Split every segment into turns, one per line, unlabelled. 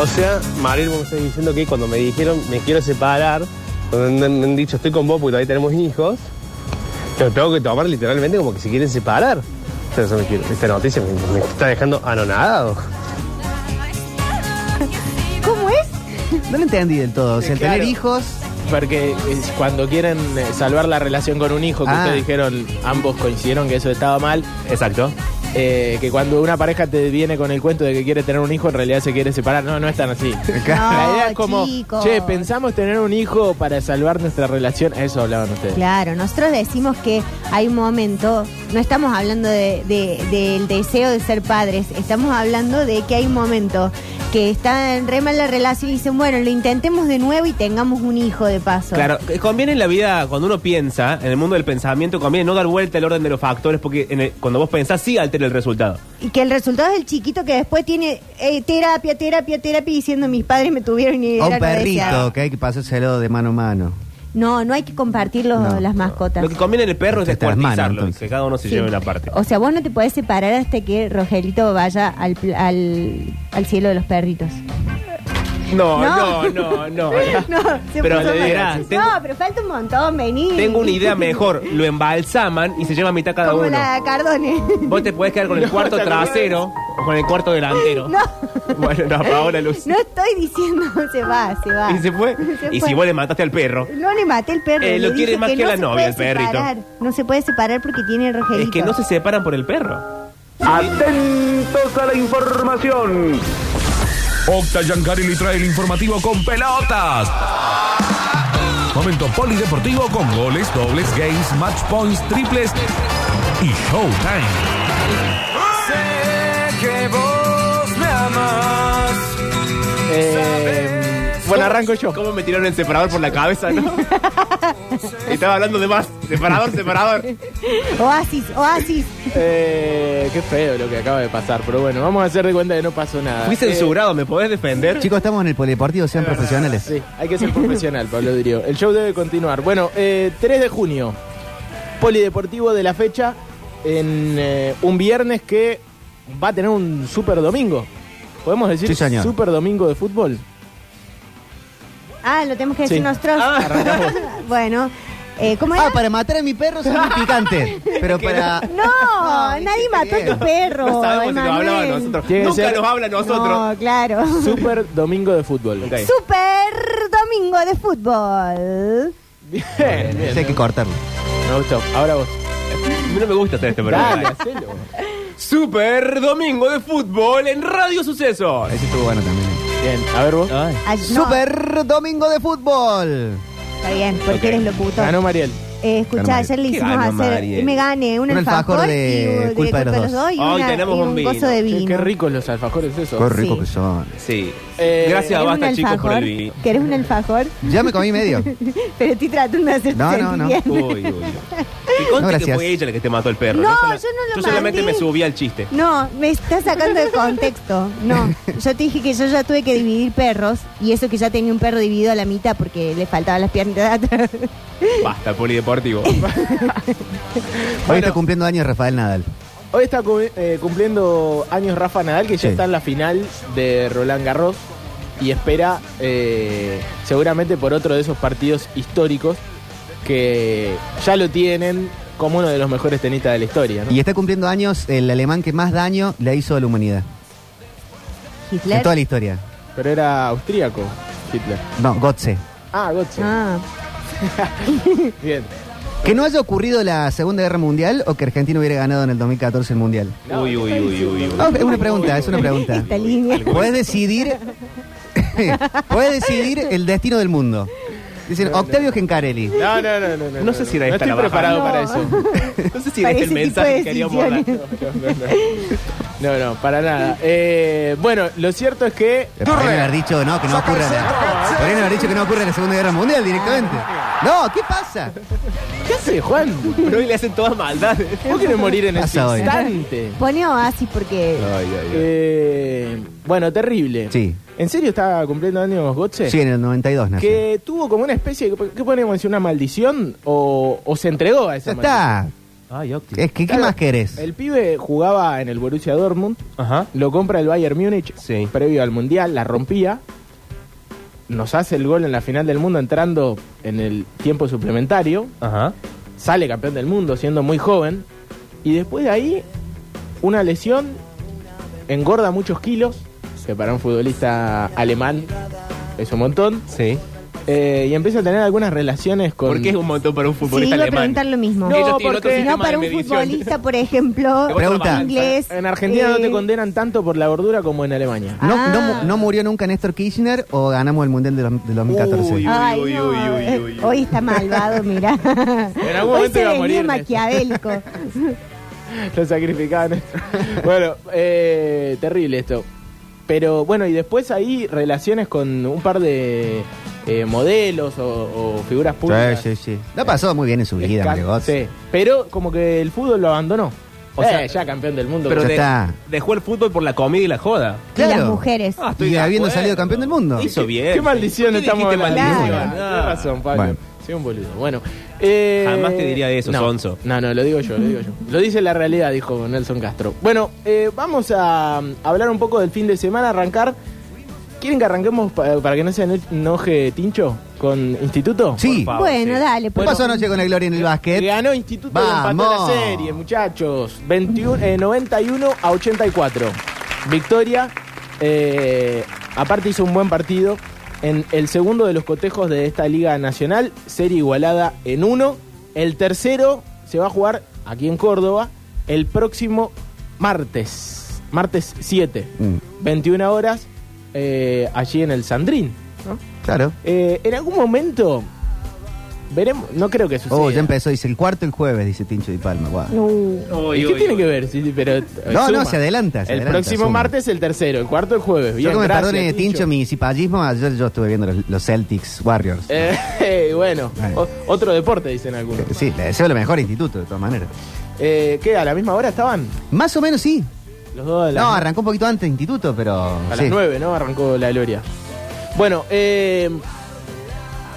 O sea, Mariel, vos me estás diciendo que cuando me dijeron me quiero separar, cuando me han dicho estoy con vos porque todavía tenemos hijos, lo tengo que tomar literalmente como que se quieren separar. O sea, eso me quiero- esta noticia me, me está dejando anonadado.
¿Cómo es?
No lo entendí del todo. O sea, el
Claro.
tener hijos.
Porque es cuando quieren eh, salvar la relación con un hijo, que
Ah.
ustedes dijeron, ambos coincidieron que eso estaba mal,
Exacto.
eh, que cuando una pareja te viene con el cuento de que quiere tener un hijo, en realidad se quiere separar. No, no es tan así. la idea es como,
chicos.
che, pensamos tener un hijo para salvar nuestra relación. A Eso hablaban ustedes.
Claro, nosotros decimos que hay un momento, no estamos hablando de- de- del deseo de ser padres, estamos hablando de que hay un momento que está en re mal la relación y dicen, bueno, lo intentemos de nuevo y tengamos un hijo de paso.
Claro, eh, conviene en la vida, cuando uno piensa, en el mundo del pensamiento, conviene no dar vuelta al orden de los factores, porque en el- cuando vos pensás, sí altera el resultado.
Y que el resultado es el chiquito que después tiene eh, terapia, terapia, terapia diciendo mis padres me tuvieron y
O un
eran
perrito
obesidad".
que hay que pasárselo de mano a mano.
No, no hay que compartir los-
No,
las mascotas.
Lo que conviene en el perro es
Te estás mano,
descuartizarlo,
entonces.
que cada uno se
Sí.
lleve una parte.
O sea, vos no te podés separar hasta que Rogelito vaya al, pl- al, al cielo de los perritos.
No,
No.
no, no, no.
No, se
Pero
puso
le
mal.
dirá,
No,
tengo-
pero falta un montón, vení.
Tengo una idea mejor, lo embalsaman y se lleva a mitad cada
Como
uno.
la Cardone.
Vos te podés quedar con el cuarto trasero o con el cuarto delantero.
No.
Bueno, no, ahora Luz.
No estoy diciendo se va, se va.
Y se fue.
Se
y
fue.
si vos le mataste al perro.
No le maté el perro.
Eh,
le
lo quiere
dije
más que
no
la
se
novia,
puede
el perrito.
separar. No se puede separar porque tiene Rogelito.
Es que no se separan por el perro.
Atentos a la información.
Octa Giancarini trae el informativo con pelotas. Momento polideportivo con goles, dobles, games, match points, triples y showtime.
Eh, bueno, arranco yo.
¿Cómo me tiraron el separador por la cabeza, no? Estaba hablando de más. Separador, separador.
Oasis, oasis.
Eh, qué feo lo que acaba de pasar, pero bueno, vamos a hacer de cuenta que no pasó nada.
Fui
Eh,
censurado, ¿me podés defender?
Chicos, estamos en el polideportivo, sean profesionales.
Sí, hay que ser profesional, Pablo Dirio. El show debe continuar. Bueno, eh, 3 de junio, polideportivo de la fecha, en eh, un viernes que va a tener un super domingo. ¿Podemos decir
Sí, señor.
super domingo de fútbol?
Ah, lo tenemos que decir
Sí.
nosotros. bueno, eh, ¿cómo era?
Ah,
pues,
para matar a mi perro soy muy picante. Pero para.
No, nadie mató a tu perro.
No sabemos si nos
Emanuel.
hablaba a nosotros.
Tiene que
Nunca
ser-
nos habla a nosotros.
No, claro.
Super domingo de fútbol.
Ok.
Super domingo de fútbol.
Bien, bien.
Eso hay que cortarlo.
Me gustó. Ahora vos.
A mí no me gusta hacer este
Dale,
programa.
hacelo.
Super Domingo de Fútbol en Radio Suceso.
Ese estuvo bueno también.
Bien, a ver
Ah.
vos.
Ay, no,
Super domingo de fútbol.
Está bien, porque
Ok.
eres locutor.
Ganó Mariel.
Eh, escuchá,
Ganó
ayer le
¿Qué
hicimos
ganó
hacer.
Mariel?
Me gané un,
Un
alfajor,
alfajor de
y un-
culpa de los dos.
y,
Hoy
una-
tenemos
y
un
un
vino.
gozo de
Che,
vino.
qué ricos los alfajores esos.
Qué rico
Sí.
que son.
Sí.
Eh,
Gracias,
¿Querés un
basta, chicos, por
alfajor?
el vino.
¿Querés un alfajor?
Ya me comí medio.
Pero estoy tratando de hacer
No, no, no.
Uy, uy. Y conste
No,
que
gracias.
fue ella la que te mató el perro.
No,
sola-
yo no lo
Yo solamente
mandé.
me subí al chiste.
No, me estás sacando de contexto. No, yo te dije que yo ya tuve que dividir perros y eso que ya tenía un perro dividido a la mitad porque le faltaban las piernas de atrás.
Basta, polideportivo.
Hoy está cumpliendo años Rafael Nadal.
Hoy está cu- eh, cumpliendo años Rafa Nadal, que ya
Sí.
está en la final de Roland Garros y espera eh, seguramente por otro de esos partidos históricos que ya lo tienen como uno de los mejores tenistas de la historia. ¿no?
Y está cumpliendo años el alemán que más daño le hizo a la humanidad. En
Hitler.
toda la historia.
Pero era austríaco, Hitler.
No, Gotze.
Ah, Gotze.
Ah,
Bien.
Que no haya ocurrido la Segunda Guerra Mundial o que Argentina hubiera ganado en el 2014 el Mundial.
Uy, uy, uy, uy, uy.
No, es una pregunta, es una pregunta.
esta línea.
Puedes decidir. Puedes decidir el destino del mundo. Dicen Octavio Gencarelli.
No, no, no, no. No,
No sé si era
no
esta
estoy
la baja.
preparado
No.
para eso.
No sé si era este el
Parece tipo
mensaje
de
que queríamos dar.
decisiones.
No, no, para nada. Eh, bueno, lo cierto es que
Podrían haber dicho no, que no ocurra la, podrían haber dicho que no ocurra la Segunda Guerra Mundial directamente. No, ¿qué pasa?
¿Qué hace Juan?
Pero hoy le hacen todas maldades.
¿Vos querés morir en este
Pasa hoy.
instante?
Pone oasis porque
Eh, bueno, terrible.
Sí.
¿En serio está cumpliendo años Gotze?
Sí, en el 92 nació.
Que tuvo como una especie, de- ¿qué podemos decir? ¿Una maldición? ¿O, o se entregó a
Ya
esa maldición?
está.
Ay, Octi.
Es que, ¿Qué
Claro,
más querés?
El pibe jugaba en el Borussia Dortmund,
Ajá.
lo compra el Bayern Múnich
Sí.
previo al Mundial, la rompía, nos hace el gol en la final del mundo entrando en el tiempo suplementario,
Ajá.
sale campeón del mundo siendo muy joven, y después de ahí, una lesión, engorda muchos kilos, que para un futbolista alemán es un montón,
Sí.
eh, y empieza a tener algunas relaciones con...
Porque es un montón para un
Sí,
futbolista
iba a
alemán.
preguntar lo mismo.
Ellos tienen
porque-
otro
Si no,
sistema
para
de
un
medición.
futbolista, por ejemplo,
Que vos
Pregunta.
trabajás.
inglés.
En Argentina no
eh,
te condenan tanto por la gordura como en Alemania.
¿No,
Ah.
no, mu- no murió nunca Néstor Kirchner o ganamos el Mundial del del 2014?
Uy,
Ay, no, eh, Hoy está malvado, mira. En
algún
Hoy
momento
se
iba a
venía
morir,
maquiavélico.
Lo sacrificaban. bueno, eh, terrible esto. Pero bueno, y después ahí relaciones con un par de eh, modelos o, o figuras
Sí,
públicas.
sí, sí. La pasó muy bien en su vida,
Esca-
Miguel.
sí. Pero como que el fútbol lo abandonó.
O
Eh,
sea,
ya campeón del mundo.
Pero
Ya
de-
está.
dejó el fútbol por la comida y la joda.
Y
Claro.
las mujeres.
Ah,
Y
de
habiendo
acuerdo.
salido campeón del mundo.
Hizo bien.
Qué maldición
¿Qué
estamos
dijiste
hablando.
maldición?
Tienes
Ah.
razón, Pablo.
Bueno.
Soy un boludo. Bueno. eh,
Jamás te diría eso,
no,
Sonso.
No, no, lo digo yo, lo digo yo. Lo dice la realidad, dijo Nelson Castro. Bueno, eh, vamos a mm, hablar un poco del fin de semana, arrancar. ¿Quieren que arranquemos pa- para, que no se eno- enoje Tincho con Instituto?
Sí.
Por favor.
Bueno,
sí.
dale,
¿Qué
pues.
pasó anoche con la gloria en el básquet?
Ganó Instituto y empató
Vamos.
la serie, muchachos. 21, eh, 91 a 84. Victoria. eh, aparte hizo un buen partido. En el segundo de los cotejos de esta Liga Nacional, serie igualada en uno. El tercero se va a jugar aquí en Córdoba el próximo martes. Martes 7,
Mm,
21 horas, eh, allí en el Sandrín. ¿no?
claro.
Eh, en algún momento veremos, no creo que suceda.
Oh, ya empezó, dice el cuarto el jueves, dice Tincho Di Palma. guau.
¿Y
Uy,
qué
uy,
tiene
uy.
que ver? Sí, sí, pero, eh,
No,
suma.
no, se adelanta. se
El
adelanta,
próximo
suma.
martes el tercero, el cuarto el jueves. Bien,
Yo que me
gracias,
perdone, Tincho, mi cipallismo. Ayer yo estuve viendo los, los Celtics Warriors.
Eh, eh, bueno,
Vale.
o- otro deporte dicen algunos.
Eh, Sí, le deseo lo mejor a instituto, de todas maneras.
Eh, ¿Qué? ¿A la misma hora estaban?
Más o menos sí.
Los dos de la-
No, arrancó un poquito antes instituto, pero.
A
sí.
las nueve, ¿no? Arrancó la gloria. Bueno, eh,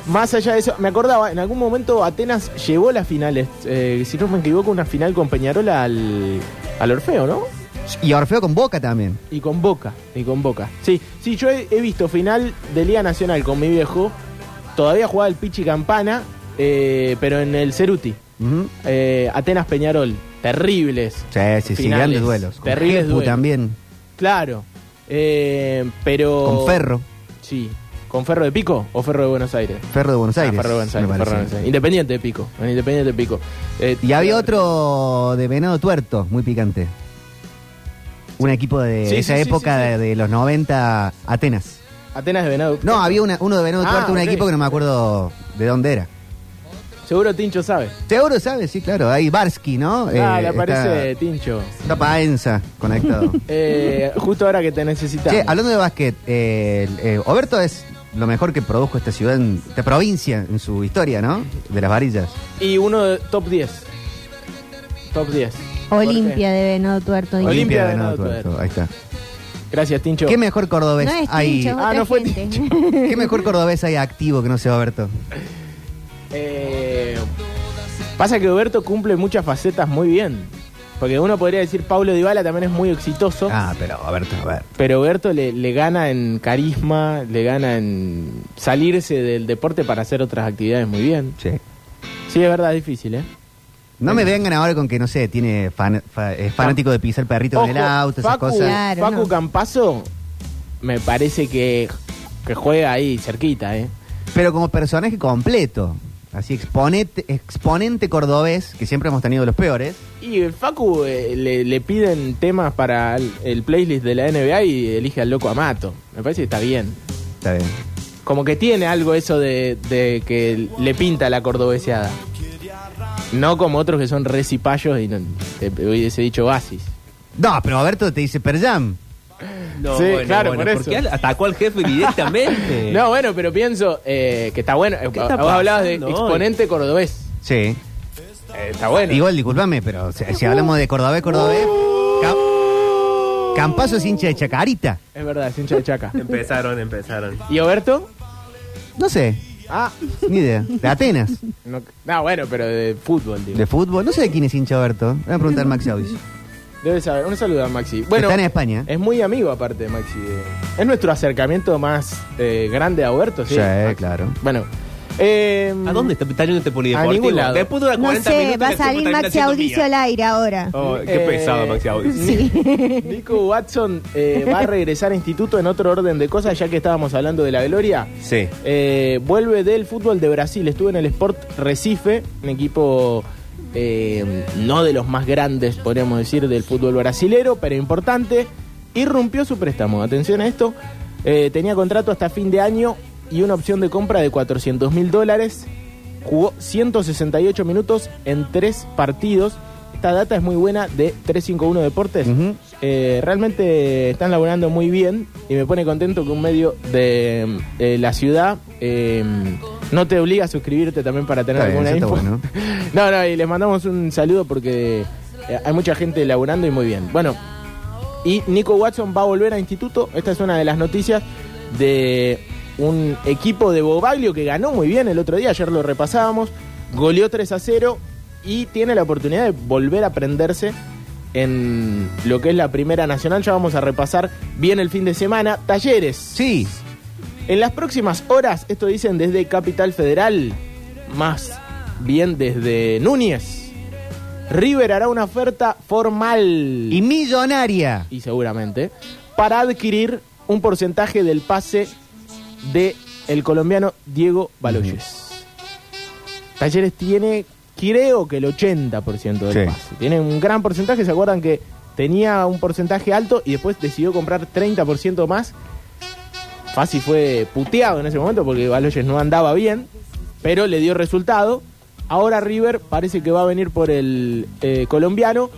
más allá de eso, me acordaba, en algún momento Atenas llevó las finales, eh, si no me equivoco, una final con Peñarol al, al Orfeo, ¿no?
Y Orfeo con Boca también.
Y con Boca, y con Boca. Sí, sí, yo he, he visto final de Liga Nacional con mi viejo. Todavía jugaba el Pichi Campana, eh, pero en el Ceruti.
Ujú.
Eh, Atenas Peñarol, terribles.
Sí, sí, sí,
Finales.
grandes duelos. Con
Terribles
Jepu
duelos.
también.
Claro. Eh, pero.
Con Ferro.
Sí. ¿Con Ferro de Pico o Ferro de Buenos Aires?
Ferro de Buenos
Ah,
Aires.
Ferro de Buenos
me
Aires,
parece.
Ferro de Buenos Aires. Independiente de Pico. en Independiente de Pico. Eh,
Y había otro de Venado Tuerto, muy picante. Un equipo de
Sí,
esa
sí, sí,
época
sí, sí.
De, de los 90, Atenas.
Atenas de Venado.
No, había una- uno de Venado
Ah,
Tuerto, un
ok.
equipo que no me acuerdo de dónde era.
Seguro Tincho sabe.
Seguro sabes, sí, claro. Ahí Barsky, ¿no?
ah,
Eh,
le aparece
Está,
Tincho.
está Paenza conectado.
Eh, justo ahora que te necesitamos.
che, hablando de básquet, eh, el- eh, Oberto es lo mejor que produjo esta ciudad, en- esta provincia en su historia, ¿no? De las varillas.
Y uno de top 10. Top 10.
Olimpia de Venado Tuerto.
Olimpia
Olimpia.
de
Venado
Venado Tuerto.
Ahí está.
Gracias, Tincho.
¿Qué mejor cordobés
No es
hay?
Tincho,
Ah,
otra
no fue
gente.
¿Qué mejor cordobés hay activo que no sea Oberto?
Eh, pasa que Roberto cumple muchas facetas muy bien. Porque uno podría decir Pablo Dybala también es muy exitoso.
Ah, pero Oberto, a ver.
Pero Berto le, le gana en carisma, le gana en salirse del deporte para hacer otras actividades muy bien.
Che.
Sí, es verdad, es difícil, ¿eh?
No me vengan ahora con que, no sé, tiene fan- fa- es fanático de pisar perrito en el
Ojo,
auto, esas
Facu-
cosas.
Claro,
Facu
no.
Campazo me parece que, que juega ahí cerquita, ¿eh?
Pero como personaje completo. Así, exponente, exponente cordobés, que siempre hemos tenido los peores.
Y el Facu eh, le, le piden temas para el, el playlist de la NBA y elige al loco Amato. Me parece que está bien.
Está bien.
Como que tiene algo eso de, de que le pinta la cordobeseada. No como otros que son recipallos y no, te hubiese dicho Basis.
No, pero Oberto te dice Per Jam.
No,
Sí,
bueno,
claro,
bueno,
por
porque
eso.
al- atacó al jefe directamente.
No, bueno, pero pienso eh, que está bueno. Eh,
¿Qué está
Vos hablabas de
pasando hoy?
exponente cordobés.
Sí. Uh.
Eh, está bueno.
Igual, discúlpame, pero si, si hablamos de cordobés, cordobés. Cam- Campazo es hincha de Chacarita.
Es verdad, es hincha de chaca.
Empezaron, empezaron.
¿Y Oberto?
No sé.
Ah,
Ni idea. De Atenas.
no, no, bueno, pero de fútbol, digo.
De fútbol. No sé de quién es hincha Berto. Voy a preguntar a Max Auris.
Debe saber. Un saludo a Maxi. Bueno, Eh,
Está en España.
Es muy amigo, aparte, Maxi. de- Es nuestro acercamiento más eh, grande a Huberto, ¿sí?
Sí,
Maxi.
claro.
Bueno. eh,
¿A dónde está, está yendo este polideportivo?
A ningún lado.
Después dura
No
40
sé,
minutos.
va a
la culpa
salir
termina
Maxi
siendo
Audicio
mía.
al aire ahora.
Oh, qué
Eh,
pesado, Maxi Audicio.
Sí.
Nico Watson eh, va a regresar a instituto en otro orden de cosas, ya que estábamos hablando de la gloria.
Sí.
Eh, vuelve del fútbol de Brasil. Estuvo en el Sport Recife, un equipo eh, no de los más grandes, podríamos decir, del fútbol brasilero, pero importante. Irrumpió su préstamo. Atención a esto. Eh, tenía contrato hasta fin de año y una opción de compra de 400 mil dólares. Jugó 168 minutos en tres partidos. Esta data es muy buena de 351 Deportes.
Ujú.
Eh, realmente están laburando muy bien y me pone contento que un medio de, eh, la ciudad eh, no te obliga a suscribirte también para tener
Está bien,
alguna
eso está
info.
bueno.
no, no, y les mandamos un saludo porque eh, hay mucha gente laburando y muy bien. Bueno, y Nico Watson va a volver a instituto. Esta es una de las noticias de un equipo de Bobaglio que ganó muy bien el otro día. Ayer lo repasábamos. Goleó 3 a 0 y tiene la oportunidad de volver a prenderse en lo que es la Primera Nacional. Ya vamos a repasar bien el fin de semana. Talleres.
Sí.
En las próximas horas, esto dicen desde Capital Federal, más bien desde Núñez. River hará una oferta formal
Y millonaria.
y seguramente, para adquirir un porcentaje del pase de el colombiano Diego Baloyes. Talleres tiene, creo que el 80% del
Sí.
pase. Tiene un gran porcentaje, ¿se acuerdan que tenía un porcentaje alto y después decidió comprar 30% más? Fácil fue puteado en ese momento porque Baloyes no andaba bien, pero le dio resultado. Ahora River parece que va a venir por el eh, colombiano.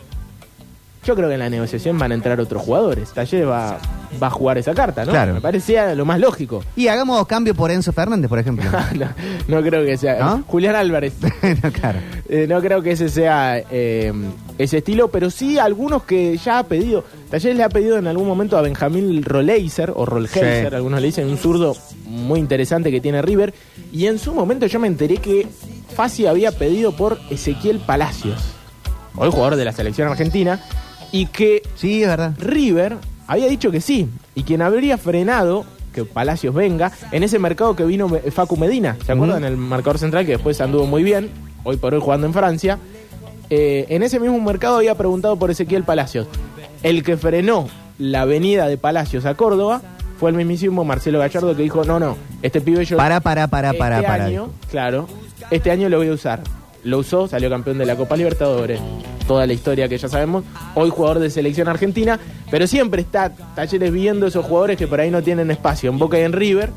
Yo creo que en la negociación van a entrar otros jugadores. Talleres va, va a jugar esa carta, ¿no?
Claro.
Me parecía lo más lógico.
Y hagamos cambio por Enzo Fernández, por ejemplo.
no, no creo que sea.
¿No?
Julián Álvarez.
No, claro.
Eh, no creo que ese sea eh, ese estilo, pero sí algunos que ya ha pedido. Talleres le ha pedido en algún momento a Benjamín Roleiser o Rolheiser,
Sí.
algunos le dicen un zurdo muy interesante que tiene River. Y en su momento yo me enteré que Fassi había pedido por Ezequiel Palacios, hoy jugador de la selección argentina, y que
Sí, es verdad.
River había dicho que sí, y quien habría frenado que Palacios venga en ese mercado que vino eh, Facu Medina, ¿se acuerdan? El marcador central que después anduvo muy bien, hoy por hoy jugando en Francia. Eh, en ese mismo mercado había preguntado por Ezequiel Palacios. El que frenó la venida de Palacios a Córdoba fue el mismísimo Marcelo Gallardo que dijo, no, no, este pibe yo...
Para, para, para, para,
este
para.
año, claro, este año lo voy a usar. Lo usó, salió campeón de la Copa Libertadores. Toda la historia que ya sabemos. Hoy jugador de selección argentina, pero siempre está Talleres viendo esos jugadores que por ahí no tienen espacio en Boca y en River.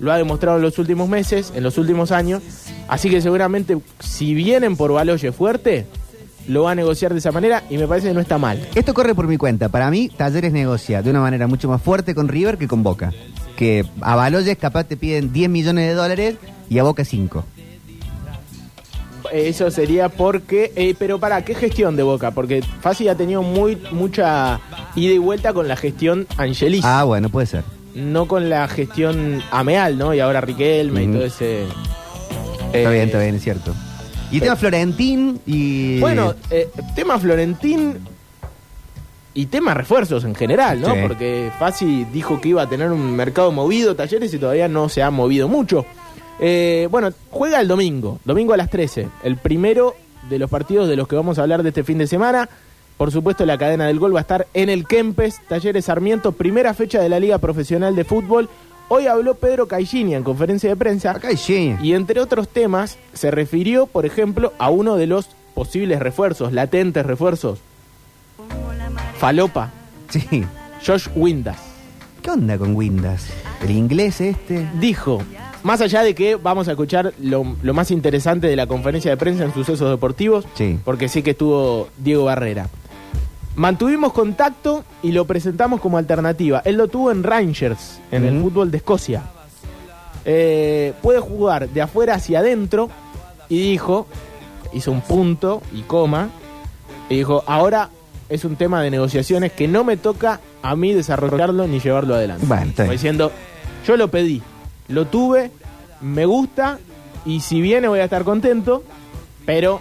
Lo ha demostrado en los últimos meses, en los últimos años. Así que seguramente si vienen por Baloye fuerte, lo va a negociar de esa manera y me parece que no está mal.
Esto corre por mi cuenta. Para mí, Talleres negocia de una manera mucho más fuerte con River que con Boca. Que a Baloyes capaz te piden 10 millones de dólares y a Boca 5.
Eso sería porque. eh, pero para, ¿qué gestión de Boca? Porque Fassi ha tenido muy mucha ida y vuelta con la gestión Angelis,
Ah, bueno, puede ser.
no con la gestión Ameal, ¿no? Y ahora Riquelme y
Ujú.
todo ese.
Está
eh,
bien, está bien, es cierto. Y el tema Florentín y...
Bueno, eh, tema Florentín y tema refuerzos en general, ¿no?
Sí.
Porque Fassi dijo que iba a tener un mercado movido, talleres, y todavía no se ha movido mucho. Eh, bueno, juega el domingo, domingo a las 13, el primero de los partidos de los que vamos a hablar de este fin de semana. Por supuesto, la cadena del gol va a estar en el Kempes, Talleres Sarmiento, primera fecha de la Liga Profesional de Fútbol. Hoy habló Pedro Caixinha en conferencia de prensa.
Acá hay Gini.
Y entre otros temas, se refirió, por ejemplo, a uno de los posibles refuerzos, latentes refuerzos. Falopa,
Sí.
Josh Windas.
¿Qué onda con Windas? ¿El inglés este?
Dijo, más allá de que vamos a escuchar lo, lo más interesante de la conferencia de prensa en sucesos deportivos,
Sí.
porque sí que estuvo Diego Barrera. Mantuvimos contacto y lo presentamos como alternativa. Él lo tuvo en Rangers, en el
Ujú.
fútbol de Escocia. Eh, puede jugar de afuera hacia adentro y dijo, hizo un punto y coma, y dijo, ahora es un tema de negociaciones que no me toca a mí desarrollarlo ni llevarlo adelante.
Bueno, está bien.
Como diciendo, yo lo pedí, lo tuve, me gusta y si viene voy a estar contento, pero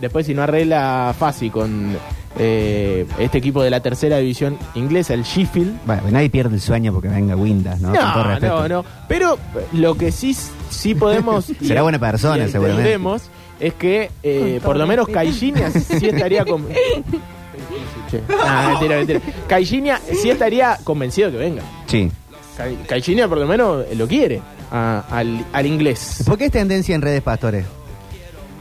después si no arregla Fasi con eh, este equipo de la tercera división inglesa, el Sheffield.
Bueno, pues nadie pierde el sueño porque venga Windas, ¿no? Con todo
No,
respeto.
no, no. Pero eh, lo que sí, sí podemos... y-
Será buena persona,
y
seguramente.
entendemos es que eh,
Con todo
por lo menos
respeto.
Caixinha sí estaría... Con... Che, nah, mentira, mentira. Caixinha sí estaría convencido que venga.
Sí.
Ca- Caixinha por lo menos lo quiere a- al, al inglés.
¿Por qué es tendencia en redes pastores?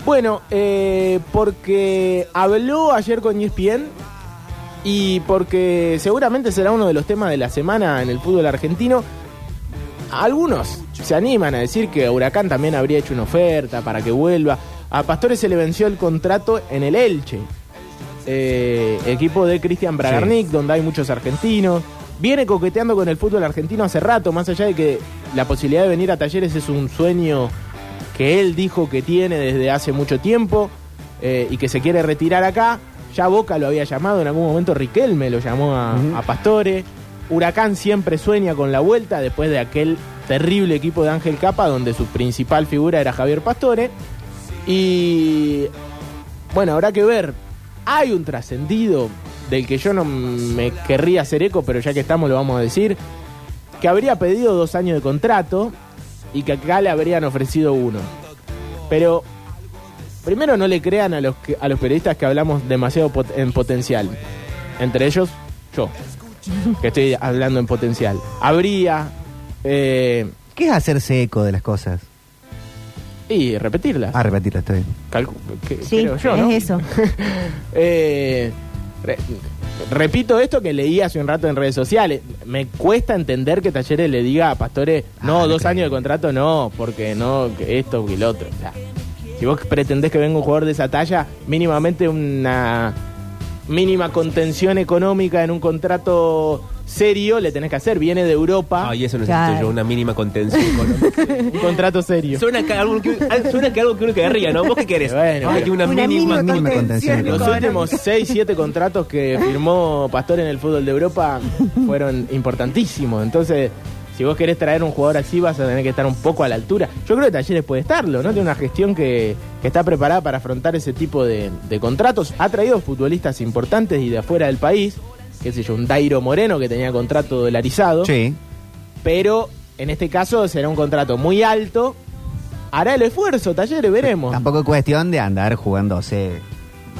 Bueno, eh, porque habló ayer con E ESPN y porque seguramente será uno de los temas de la semana en el fútbol argentino. Algunos se animan a decir que Huracán también habría hecho una oferta para que vuelva. A Pastores se le venció el contrato en el Elche, eh, equipo de Cristian Bragarnik, donde hay muchos argentinos. Viene coqueteando con el fútbol argentino hace rato, más allá de que la posibilidad de venir a talleres es un sueño que él dijo que tiene desde hace mucho tiempo eh, y que se quiere retirar acá. Ya Boca lo había llamado, en algún momento Riquelme lo llamó a, a Pastore. Huracán siempre sueña con la vuelta después de aquel terrible equipo de Ángel Capa donde su principal figura era Javier Pastore. Y bueno, habrá que ver. Hay un trascendido del que yo no me querría hacer eco, pero ya que estamos lo vamos a decir, que habría pedido dos años de contrato y que acá le habrían ofrecido uno. Pero primero no le crean a los, que- a los periodistas que hablamos demasiado pot- en potencial. Entre ellos, yo, que estoy hablando en potencial. Habría... eh,
¿Qué es hacerse eco de las cosas?
y repetirlas.
Ah, repetirlo, está bien.
Calcu- que-
Sí,
creo yo, ¿no?
es eso.
Eh, re- repito esto que leí hace un rato en redes sociales. Me cuesta entender que Talleres le diga a Pastore, no,
Ah,
dos
increíble.
años de contrato no, porque no, que esto y lo otro. O sea, si vos pretendés que venga un jugador de esa talla, mínimamente una mínima contención económica en un contrato serio le tenés que hacer. Viene de Europa,
Ay, eso necesito
Claro.
yo, una mínima contención. económica.
un contrato serio.
suena, que algo que, al- suena que algo que uno querría, ¿no? ¿Vos qué querés?
Bueno,
Ay, que una,
una
mínima.
mínima
Mínima contención.
Los últimos 6, 7 contratos que firmó Pastor en el fútbol de Europa fueron importantísimos. Entonces, si vos querés traer un jugador así, vas a tener que estar un poco a la altura. Yo creo que Talleres puede estarlo, ¿no? Tiene una gestión que, que está preparada para afrontar ese tipo de, de contratos. Ha traído futbolistas importantes y de afuera del país. Qué sé yo, un Dairo Moreno que tenía contrato dolarizado
Sí.
pero en este caso será un contrato muy alto. Hará el esfuerzo, Talleres, veremos.
Tampoco es cuestión de andar jugándose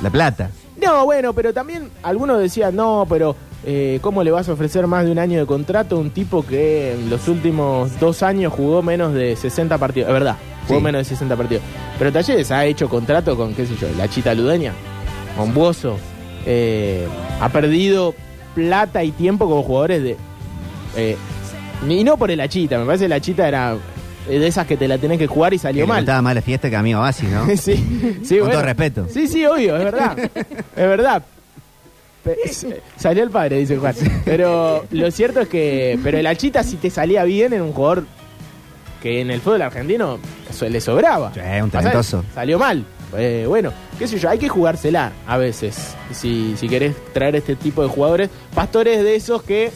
la plata.
No, bueno, pero también algunos decían, no, pero eh, ¿cómo le vas a ofrecer más de un año de contrato a un tipo que en los últimos dos años jugó menos de 60 partidos? Es verdad, jugó
Sí.
menos de 60 partidos. Pero Talleres ha hecho contrato con, qué sé yo, la Chita Ludeña, con Buoso. Eh, ha perdido plata y tiempo con jugadores de... eh, y no por el Achita, me parece que el Achita era eh, de esas que te la tenés que jugar y salió mal.
Estaba más la fiesta que a mí a Basi, ¿no?
sí, sí,
Con
bueno.
todo respeto.
Sí, sí, obvio, es verdad. es verdad. Pe- s- Salió el padre, dice Juan. Pero lo cierto es que. Pero el Achita, si te salía bien, era un jugador que en el fútbol argentino so- le sobraba.
Sí, un
Pasa que
talentoso.
Salió mal. Eh, bueno, qué sé yo, hay que jugársela a veces. Si, si querés traer este tipo de jugadores. Pastores de esos que.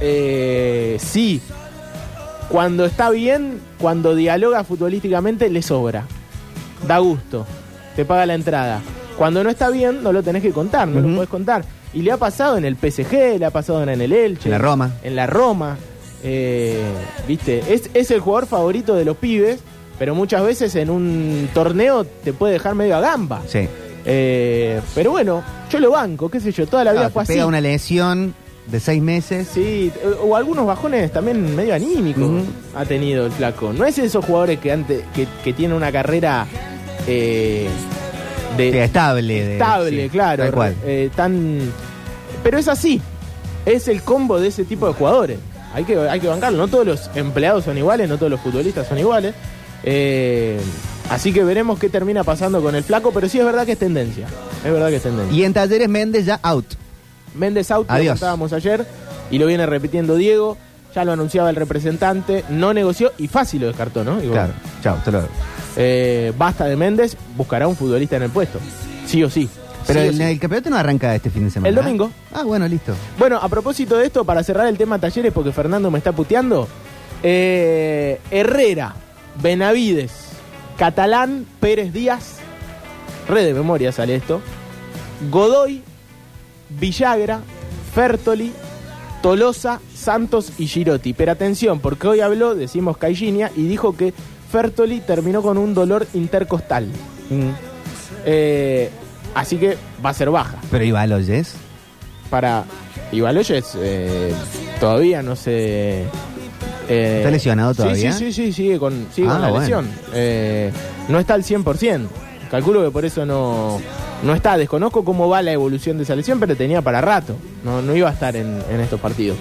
eh, sí. Cuando está bien, cuando dialoga futbolísticamente, le sobra da gusto, te paga la entrada. Cuando no está bien, no lo tenés que contar, no lo
Ujú.
podés contar. Y le ha pasado en el PSG, le ha pasado en el Elche.
En la Roma.
En la Roma. eh, Viste, es, es el jugador favorito de los pibes, pero muchas veces en un torneo te puede dejar medio a gamba.
Sí.
Eh, pero bueno, yo lo banco, qué sé yo, toda la vida
Claro,
fue
Ah, te
así.
pega una lesión de seis meses.
Sí, eh, o algunos bajones también medio anímicos
Ujú.
ha tenido el flaco. No es esos jugadores que antes que, que tienen una carrera eh, de,
Sí, estable. de-
estable,
sí,
claro,
Tal cual.
eh, tan pero es así. Es el combo de ese tipo de jugadores. Hay que hay que bancarlo, no todos los empleados son iguales, no todos los futbolistas son iguales. Eh, así que veremos qué termina pasando con el flaco, pero sí es verdad que es tendencia. Es verdad que es tendencia.
Y en Talleres Méndez ya out.
Méndez Out, lo
Adiós.
contábamos ayer, y lo viene repitiendo Diego. Ya lo anunciaba el representante, no negoció y fácil lo descartó, ¿no? Digo,
Claro. Chao, hasta luego.
eh, basta de Méndez, buscará un futbolista en el puesto. Sí o sí.
Pero
Sí o
el,
sí.
el campeonato no arranca este fin de semana.
El
¿eh?
domingo.
Ah, bueno, listo.
Bueno, a propósito de esto, para cerrar el tema talleres, porque Fernando me está puteando, eh, Herrera Benavides, Catalán, Pérez Díaz, re de memoria sale esto, Godoy, Villagra, Fertoli, Tolosa, Santos y Girotti. Pero atención, porque hoy habló, decimos Caixinha, y dijo que Fertoli terminó con un dolor intercostal. Eh, así que va a ser baja.
Pero Ibaloyes.
Para Ibaloyes eh, todavía no se... eh,
¿Está lesionado
sí,
todavía?
Sí, sí, sí, sigue con, sigue
Ah,
con la
bueno.
lesión. Eh, no está al 100%. Calculo que por eso no, no está. Desconozco cómo va la evolución de esa lesión, pero tenía para rato. No, no iba a estar en, en estos partidos.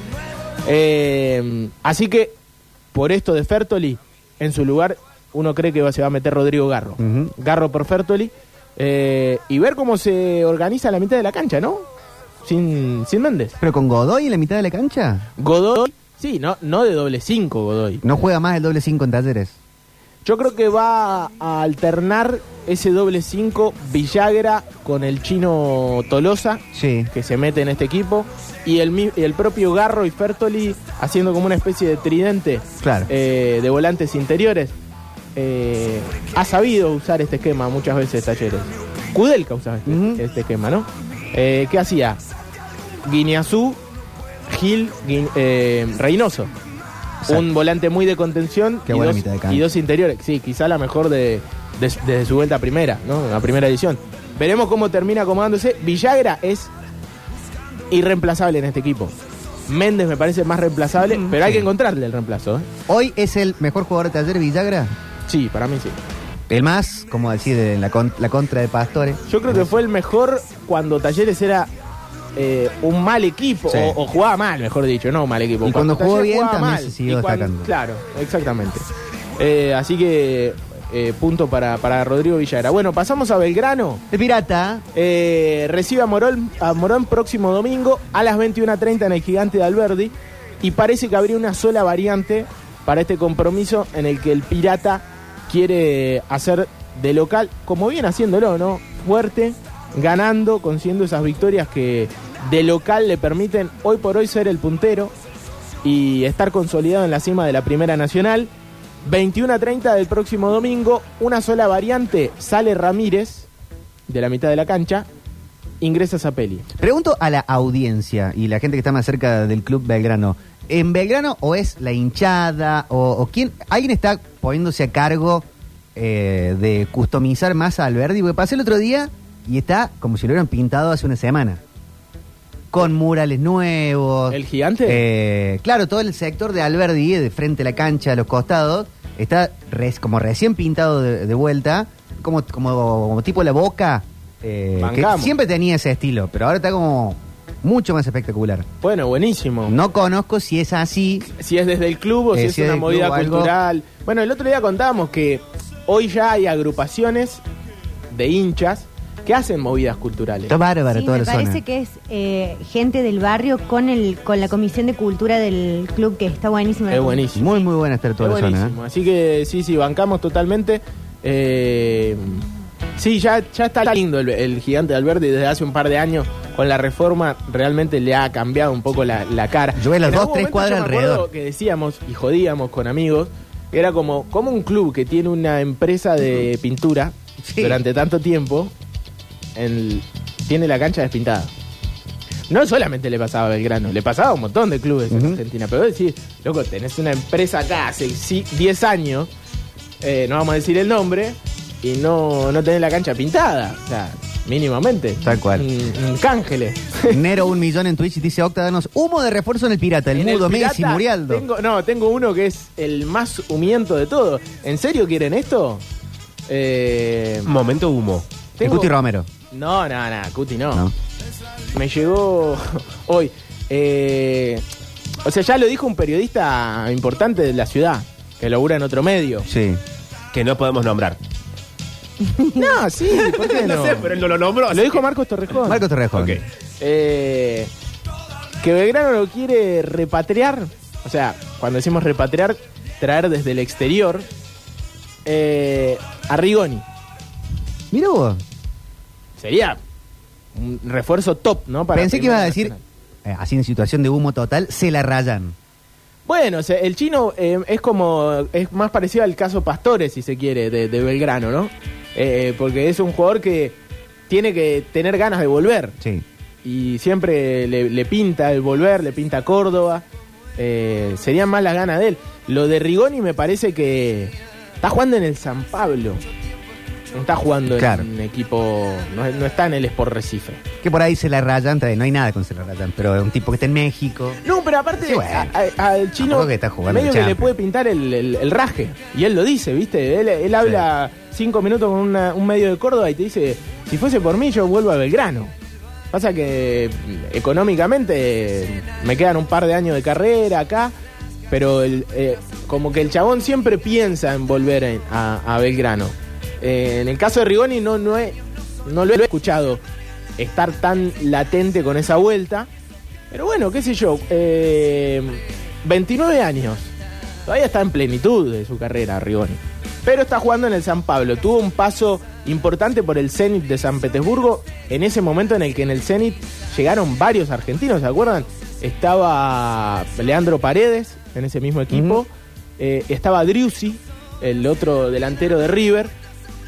Eh, así que, por esto de Fertoli, en su lugar, uno cree que va- se va a meter Rodrigo Garro.
Ujú.
Garro por Fertoli. eh, y ver cómo se organiza la mitad de la cancha, ¿no? Sin, sin Méndez.
Pero con Godoy en la mitad de la cancha.
Godoy, sí, no, no de doble 5 Godoy.
No juega más el doble 5 en Talleres.
Yo creo que va a alternar ese doble 5 Villagra con el chino Tolosa,
Sí.
que se mete en este equipo, y el, mi- y el propio Garro y Fertoli haciendo como una especie de tridente
Claro.
eh, de volantes interiores. Eh, ha sabido usar este esquema muchas veces Talleres. Kudelka usaba este,
Ujú.
este esquema, ¿no? Eh, ¿Qué hacía? Guineazú, Gil, Guin- eh, Reynoso.
Exacto.
Un volante muy de contención
Qué
y,
buena
dos,
mitad de cancha.
y dos interiores. Sí, quizá la mejor de, de- desde su vuelta primera, ¿no? La primera edición. Veremos cómo termina acomodándose. Villagra es irreemplazable en este equipo. Méndez me parece más reemplazable,
Mm.
pero hay que encontrarle el reemplazo. ¿eh?
Hoy es el mejor jugador de Talleres Villagra.
Sí, para mí sí.
El más, como decir, en la, con- la contra de Pastore.
Yo creo que fue el mejor cuando Talleres era eh, un mal equipo,
Sí.
o, o jugaba mal, mejor dicho, no un mal equipo.
Y cuando jugó
Talleres
bien,
jugaba
también se siguió
Y cuan-
destacando.
Claro, exactamente. Eh, así que eh, punto para, para Rodrigo Villagra. Bueno, pasamos a Belgrano.
El Pirata.
Eh, recibe a Morón, a Morón próximo domingo a las 21.30 en el gigante de Alberdi. Y parece que habría una sola variante para este compromiso en el que el Pirata quiere hacer de local, como viene haciéndolo, ¿no? Fuerte, ganando, consiguiendo esas victorias que de local le permiten hoy por hoy ser el puntero y estar consolidado en la cima de la Primera Nacional. 21 a 30 del próximo domingo, una sola variante, sale Ramírez de la mitad de la cancha, ingresa Zapelli.
Pregunto a la audiencia y la gente que está más cerca del club Belgrano. ¿En Belgrano o es la hinchada o, o quién? ¿Alguien está poniéndose a cargo eh, de customizar más a Alberdi? Porque pasé el otro día y está como si lo hubieran pintado hace una semana. Con murales nuevos.
¿El gigante?
Eh, claro, todo el sector de Alberdi, de frente a la cancha, a los costados, está res- como recién pintado de, de vuelta, como, como, como tipo la boca. eh, que
Bancamos.
siempre tenía ese estilo, pero ahora está como mucho más espectacular.
Bueno, buenísimo.
No conozco si es así.
Si es desde el club o
Eh,
si es
si es
una
del
movida
club, algo.
cultural. Bueno, el otro día contábamos que hoy ya hay agrupaciones de hinchas que hacen movidas culturales.
Está bárbaro
Sí,
toda
me
la
parece
zona.
que es eh, gente del barrio con el con la comisión de cultura del club que está buenísima.
Es buenísimo.
Muy, muy buena estar toda
Es
la zona. ¿eh?
buenísimo. Así que sí, sí, bancamos totalmente. Eh, sí, ya, ya está lindo el, el gigante de Alberti desde hace un par de años. Con la reforma realmente le ha cambiado un poco la, la cara.
Yo veo las
En
dos,
algún
tres
momento
cuadras
yo me acuerdo
alrededor.
Que decíamos y jodíamos con amigos. Era como, como un club que tiene una empresa de pintura
Sí.
durante tanto tiempo. en- tiene la cancha despintada. No solamente le pasaba a Belgrano, le pasaba a un montón de clubes en
Ujú.
Argentina. Pero decir, loco, tenés una empresa acá hace si- 10 años, eh, no vamos a decir el nombre, y no, no tenés la cancha pintada. O sea, mínimamente.
Tal cual.
Un, un cángele.
¿eh? Nero un millón en Twitch y dice Octa, danos humo de refuerzo en el pirata, el
En
mudo, Messi,
Pirata
Murialdo.
Tengo, no, tengo uno que es el más humiento de todo. ¿En serio quieren esto? Eh,
Momento humo.
El
tengo- Ah.
Cuti Romero.
No, no, no, Cuti no.
¿no?
Me llegó hoy. eh, o sea, ya lo dijo un periodista importante de la ciudad, que labura en otro medio.
Sí.
Que no podemos nombrar.
No, sí, ¿por qué no?
él no lo nombró.
Lo dijo Marcos Torrejón.
Marco Torrejón.
Ok.
Eh, que Belgrano lo quiere repatriar. O sea, cuando decimos repatriar, traer desde el exterior eh, a Rigoni.
Mira vos.
Sería un refuerzo top, ¿no? Para
Pensé que
Primera
ibas a decir,
Nacional.
eh, así en situación de humo total, se la rayan.
Bueno, o sea, el chino eh, es como. Es más parecido al caso Pastore, si se quiere, de, de Belgrano, ¿no? Eh, porque es un jugador que tiene que tener ganas de volver.
Sí.
Y siempre le, le pinta el volver, le pinta Córdoba. Eh, serían más las ganas de él. Lo de Rigoni me parece que. Está jugando en el San Pablo. No está jugando
Claro.
en un equipo. No, no está en el Sport Recife.
Que por ahí se la rayan, también no hay nada con se la rayan, pero es un tipo que está en México.
No, pero aparte
Sí, bueno.
a- a- al chino
Tampoco que está jugando
medio que le
Champions.
puede pintar el, el- el raje. Y él lo dice, ¿viste? Él, él habla cinco minutos con una- un medio de Córdoba y te dice, si fuese por mí yo vuelvo a Belgrano. Pasa que mm, económicamente me quedan un par de años de carrera acá, pero el, eh, como que el chabón siempre piensa en volver en- a, a Belgrano. Eh, en el caso de Rigoni no, no, he- no lo he escuchado estar tan latente con esa vuelta. Pero bueno, qué sé yo, eh, 29 años. Todavía está en plenitud de su carrera, Rigoni. Pero está jugando en el San Pablo. Tuvo un paso importante por el Zenit de San Petersburgo en ese momento en el que en el Zenit llegaron varios argentinos, ¿se acuerdan? Estaba Leandro Paredes en ese mismo equipo. eh, estaba Driussi, el otro delantero de River.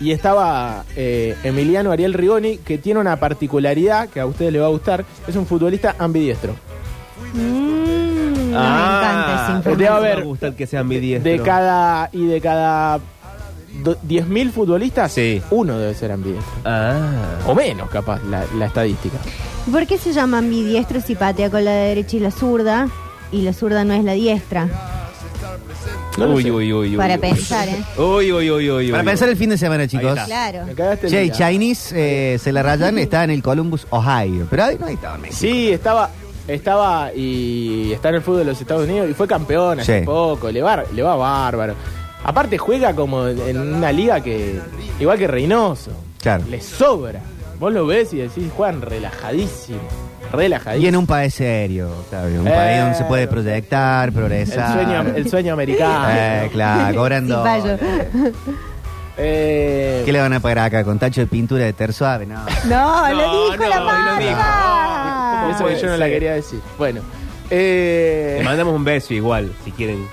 Y estaba eh, Emiliano Ariel Rigoni, que tiene una particularidad que a ustedes les va a gustar. Es un futbolista ambidiestro.
Mm, no, me encanta ese
Ah,
informe.
debe
a
haber-
ver. Me gusta el que sean ambidiestro.
De cada. Y de cada. do- 10.000 futbolistas,
Sí.
uno debe ser ambidiestro.
Ah.
O menos, capaz, la, la estadística.
¿Por qué se llama ambidiestro si patea con la derecha y la zurda? Y la zurda no es la diestra.
No lo
uy,
sé.
uy, uy, uy.
Para
uy.
pensar, ¿eh?
Uy, uy, uy, uy.
Para
uy,
pensar
uy.
el fin de semana, chicos.
está.
Claro.
Me cagaste el
Che, y
día.
Chinese eh, se la rayan, está en el Columbus, Ohio. Pero ahí no hay todo en México.
Sí, estaba. Estaba y está en el fútbol de los Estados Unidos y fue campeón hace
Sí.
poco, le va, le va bárbaro. Aparte juega como en una liga que, igual que Reynoso,
Claro.
le sobra. Vos lo ves y decís, Juan, relajadísimo, relajadísimo.
Y en un país serio, Octavio. Un
Eh.
país donde se puede proyectar,
el,
progresar.
sueño, el sueño americano.
Eh, claro, cobrando.
Sí, fallo.
Eh,
¿Qué le van a pagar acá? ¿Con tacho de pintura de tersuave? No.
No,
No,
lo
no,
dijo la
y lo dijo.
marca.
Eso que yo no la quería decir. Bueno. eh,
Le mandamos un beso igual, si quieren.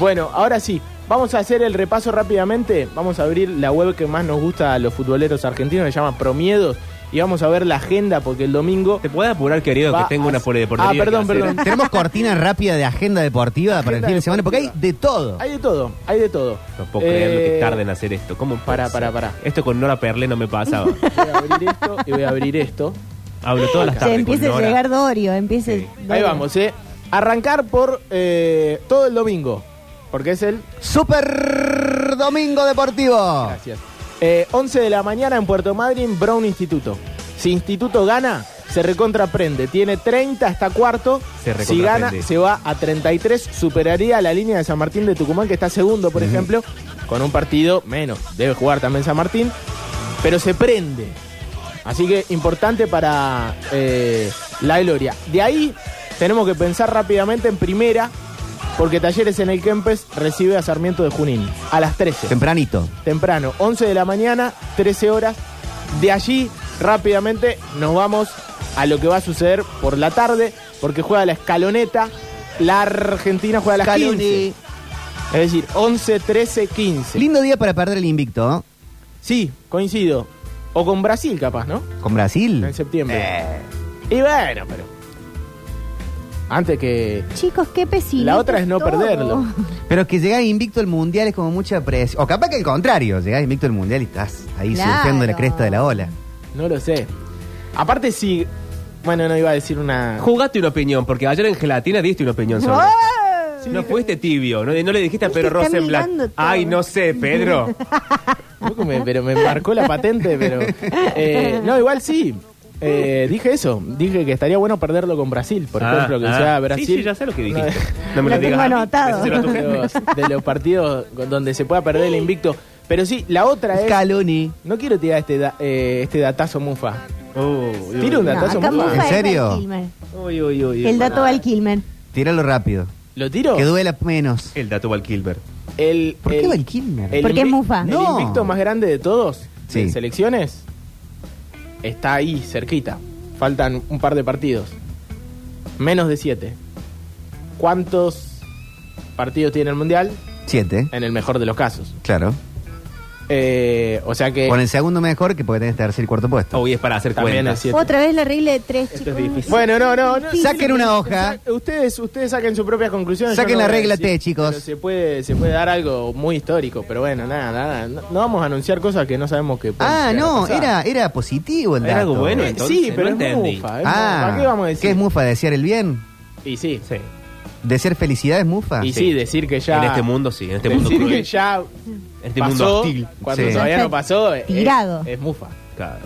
bueno, ahora sí. Vamos a hacer el repaso rápidamente. Vamos a abrir la web que más nos gusta a los futboleros argentinos, que se llama Promiedos. Y vamos a ver la agenda porque el domingo.
¿Te puedes apurar, querido,
va
que tengo una
a-
polideportiva?
Ah,
que
perdón,
hacer?
perdón.
Tenemos cortina rápida de agenda deportiva para el
Agenda
fin de semana, porque hay
deportiva.
de todo.
Hay de todo, hay de todo.
No puedo creer lo que
Eh,
tarden en hacer esto. ¿Cómo? puede
Pará,
ser?
pará, pará.
Esto con Nora Perle no me pasaba.
Voy a abrir esto y voy a abrir esto.
Hablo todas las
Se
tardes con
empieza a
Nora.
llegar Dorio, empieza.
Sí.
Ahí
Dorio.
vamos, ¿eh? Arrancar por eh, todo el domingo. Porque es el
Super Domingo Deportivo.
Gracias. Eh, 11 de la mañana en Puerto Madryn, Brown Instituto. Si Instituto gana, se recontraprende. Tiene 30 hasta cuarto.
Se
si gana,
recontraprende.
se va a 33. Superaría la línea de San Martín de Tucumán, que está segundo, por ejemplo, con un partido menos. Debe jugar también San Martín. Pero se prende. Así que importante para eh, la gloria. De ahí tenemos que pensar rápidamente en primera, porque Talleres en el Kempes recibe a Sarmiento de Junín a las 13
Tempranito.
temprano, 11 de la mañana, 13 horas. De allí, rápidamente, nos vamos a lo que va a suceder por la tarde, porque juega la escaloneta. La Argentina juega a las
Scaloni.
15. Es decir, 11, 13, 15.
Lindo día para perder el invicto, ¿no?
Sí, coincido. O con Brasil, capaz, ¿no?
Con Brasil.
En septiembre.
Mm. Eh,
Y bueno, pero. Antes que.
Chicos, qué pesimista.
La otra es no
todo.
perderlo.
Pero que llegar invicto al mundial es como mucha presión. O capaz que el contrario, llegar invicto al mundial y estás ahí
Claro.
surfeando la cresta de la ola.
No lo sé. Aparte, si. Bueno, no iba a decir una.
Jugaste una opinión, porque ayer en Gelatina diste una opinión sobre
¡Ah!
No fuiste tibio, no, no le dijiste a
Viste,
Pedro
está
Rosenblatt.
mirando todo.
Ay, no sé, Pedro.
Tampoco me- pero me marcó la patente, pero. eh, no, igual sí. Eh, dije eso. Dije que estaría bueno perderlo con Brasil, por
Ah,
ejemplo, que
ah.
sea Brasil.
Sí, sí, ya sé lo que dijiste. No me
Lo
lo digas.
tengo
a mí,
anotado.
decíselo a tu
de,
gente.
los, de los partidos con- donde se pueda perder el invicto. Pero sí, la otra es.
Scaloni.
No quiero tirar este, da- eh, este datazo mufa.
Oh,
Tira un
No,
datazo
acá
mufa.
Mufa
¿En
es
serio?
Val Kilmer.
uy, uy, uy.
El dato al Kilmer.
Tíralo rápido.
¿Lo tiro?
Que duela menos.
El dato Val Kilmer.
El,
¿Por qué
el-
Val Kilmer?
el
Porque es
invi-
mufa.
El
No.
invicto más grande de todos,
Sí.
de selecciones, está ahí, cerquita. Faltan un par de partidos. Menos de siete. ¿Cuántos partidos tiene el Mundial?
Siete,
En el mejor de los casos.
claro.
Eh, o sea que
Con el segundo mejor que porque tenés tercer y cuarto puesto.
Hoy es para hacer
también
cuentas.
es siete.
Otra vez la regla de tres,
Esto es
chicos.
difícil.
Bueno, no, no, no.
Saquen una hoja.
Sa- Ustedes, ustedes saquen sus propias conclusiones.
Saquen
yo no
la
voy a
regla
decir,
T, chicos.
pero Se puede, se puede dar algo muy histórico, pero bueno, nada, nada. No, no vamos a anunciar cosas que no sabemos que pueden
Ah,
llegar a
no,
pasar.
era, era positivo el dato.
Era algo bueno,
Eh,
entonces,
sí, pero
no
es
entendí.
mufa. es
Ah,
mufa. ¿Qué vamos a decir?
¿Qué es mufa? ¿Desear el bien?
Y sí.
Sí.
¿Desear felicidad es mufa?
Y sí, decir que ya.
En este mundo sí, en este mundo
decir
cruel.
que ya
En este
pasó,
mundo hostil.
cuando
Sí.
todavía no pasó, es,
Tirado.
es mufa.
Claro.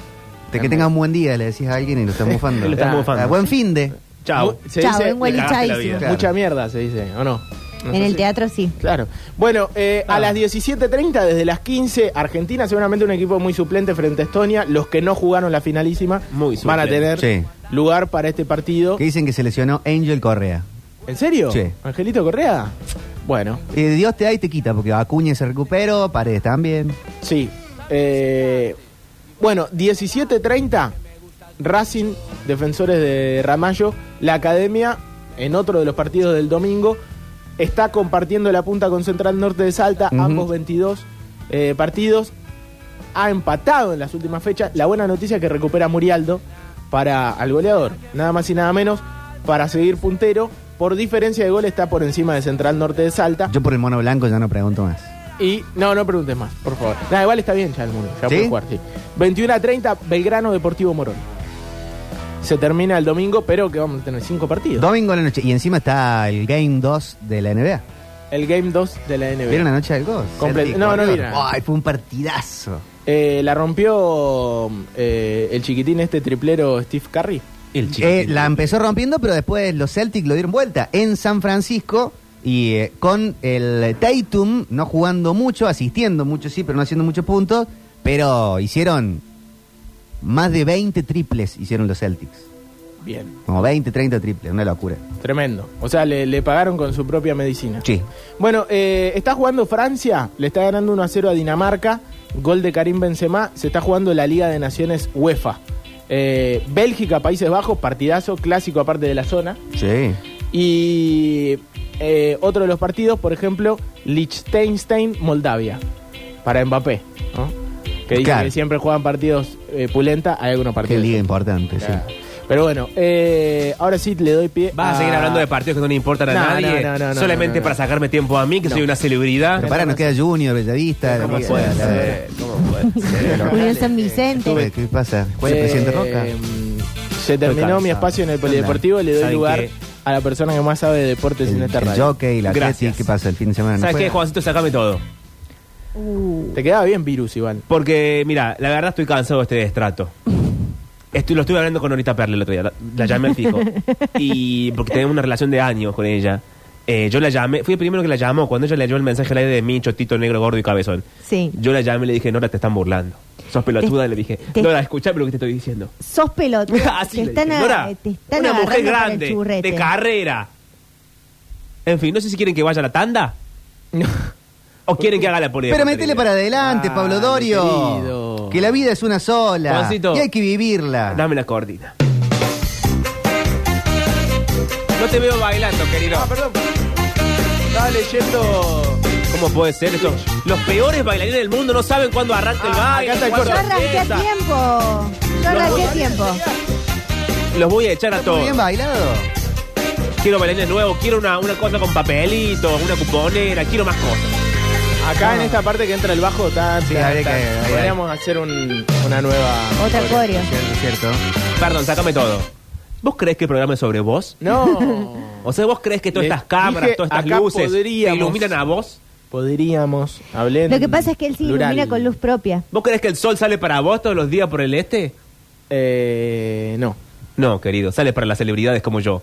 De que tengas un buen día, le decís a alguien y lo estás mufando.
Lo estás
Ah,
mufando.
Buen fin de.
Chao.
Mu- Se
Chao,
dice
buen
le cagaste la
lichadísimo.
vida.
Claro.
mucha mierda, se dice, ¿o no? No
En
sé
el
si-
teatro sí.
Claro. Bueno, eh,
Ah.
a las 17.30, desde las 15, Argentina, seguramente un equipo muy suplente frente a Estonia. Los que no jugaron la finalísima
Muy
van a
suplente.
tener
Sí.
lugar para este partido.
Que dicen que se lesionó Angel Correa.
¿En serio?
Sí.
¿Angelito Correa? Bueno,
Eh, Dios te da y te quita, porque Acuña se recuperó, Paredes también.
sí. Eh, bueno, 17.30, Racing, defensores de Ramallo. La academia, en otro de los partidos del domingo, está compartiendo la punta con Central Norte de Salta,
Ujú.
ambos 22 eh, partidos. ha empatado en las últimas fechas. La buena noticia es que recupera Murialdo para al goleador, nada más y nada menos, para seguir puntero. Por diferencia de gol está por encima de Central Norte de Salta.
Yo por el mono blanco ya no pregunto más.
Y no, no preguntes más, por favor. Nada, igual está bien ya el muro, ya
¿Sí?
puede jugar, sí. 21 a 30, Belgrano Deportivo Morón. Se termina el domingo, pero que vamos a tener cinco partidos.
Domingo a la noche. Y encima está el Game 2 de la NBA.
El Game 2 de la NBA.
¿Vieron la noche del gol?
Comple-
Celtic,
no, no
Warriors.
vi nada.
Ay, fue un partidazo.
Eh, la rompió eh, el chiquitín este triplero Steve Curry.
El chico.
Eh, la empezó rompiendo, pero después los Celtics lo dieron vuelta en San Francisco y eh, con el Tatum no jugando mucho, asistiendo mucho, sí, pero no haciendo muchos puntos, pero hicieron más de 20 triples, hicieron los Celtics.
Bien,
Como 20, 30 triples, una locura.
tremendo. O sea, le, le pagaron con su propia medicina.
Sí.
Bueno, eh, está jugando Francia, le está ganando 1 a 0 a Dinamarca, gol de Karim Benzema, se está jugando la Liga de Naciones UEFA. Eh, Bélgica, Países Bajos, partidazo, clásico aparte de la zona.
Sí.
Y eh, otro de los partidos, por ejemplo, Liechtenstein, Moldavia, para Mbappé, ¿no? que dice
Claro.
que siempre juegan partidos eh, pulenta, hay algunos
Qué
partidos.
liga importante,
Claro.
sí.
Pero bueno, eh, ahora sí le doy pie.
Vas a seguir hablando de partidos que no le importan a
No,
nadie.
no, no, no, no,
solamente
no, no.
para sacarme tiempo a mí, que soy una celebridad.
Pero para, nos queda Junior, Bellavista. la
¿Cómo
liga,
puede
la-
ser? ¿Cómo puede ser?
Unión San
¿Qué,
Vicente.
qué pasa? ¿Cuál es
Eh,
el presidente Roca?
Em, Se terminó
cansado.
mi espacio en el Polideportivo. Le doy
¿Saben
lugar
qué?
a la persona que más sabe de deportes en
El,
esta
el
radio.
jockey, la
Gracias.
Atleti, ¿qué pasa el fin de semana? ¿No
¿Sabes
juega?
qué, Juancito? Sacame todo.
Uh,
Te quedaba bien virus, Iván.
Porque, mira, la verdad estoy cansado de este destrato. Estoy- lo estuve hablando con Norita Perle el otro día, la, la llamé al fijo. Y porque tenemos una relación de años con ella. Eh, yo la llamé, fui el primero que la llamó. Cuando ella leyó el mensaje al aire de mí, chotito negro, gordo y cabezón.
sí.
Yo la llamé y le dije, Nora, te están burlando. Sos pelotuda, le dije.
te-
Nora, escuchame lo que te estoy diciendo.
Sos pelota.
Así
te,
le
están
dije,
a-
Nora,
te están
una mujer
agarrando para el
grande,
churrete.
de carrera. En fin, no sé si quieren que vaya a la tanda o quieren que haga la política.
Pero métele para adelante,
Ah,
Pablo
mi
Dorio.
querido.
Que la vida es una sola.
Juancito.
Y hay que vivirla.
Dame la coordina. No te veo bailando, querido.
Ah, perdón. Estaba leyendo.
¿Cómo puede ser esto? Los peores bailarines del mundo no saben cuándo arranca el
Ah,
baile.
acá está el
cuándo
Yo
coro.
arranqué a
empieza.
tiempo. Yo arranqué a tiempo.
Los voy a echar a
Muy bien
todos.
bailado.
Quiero bailarines nuevos, quiero una, una cosa con papelitos, una cuponera, quiero más cosas.
Acá en esta parte que entra el bajo, tan,
Sí,
tan,
habría
tan.
que- habría-
podríamos hacer un- una nueva.
Otra coreo.
Cierto, cierto.
Perdón, sácame todo. ¿Vos crees que el programa es sobre vos?
No.
O sea, ¿vos crees que todas
Les
estas cámaras,
dije,
todas
acá
estas luces te
podríamos.
iluminan a vos?
Podríamos hablar.
Lo que pasa es que él sí ilumina con luz propia.
¿Vos crees que el sol sale para vos todos los días por el este?
Eh, no.
No, querido, sale para las celebridades como yo.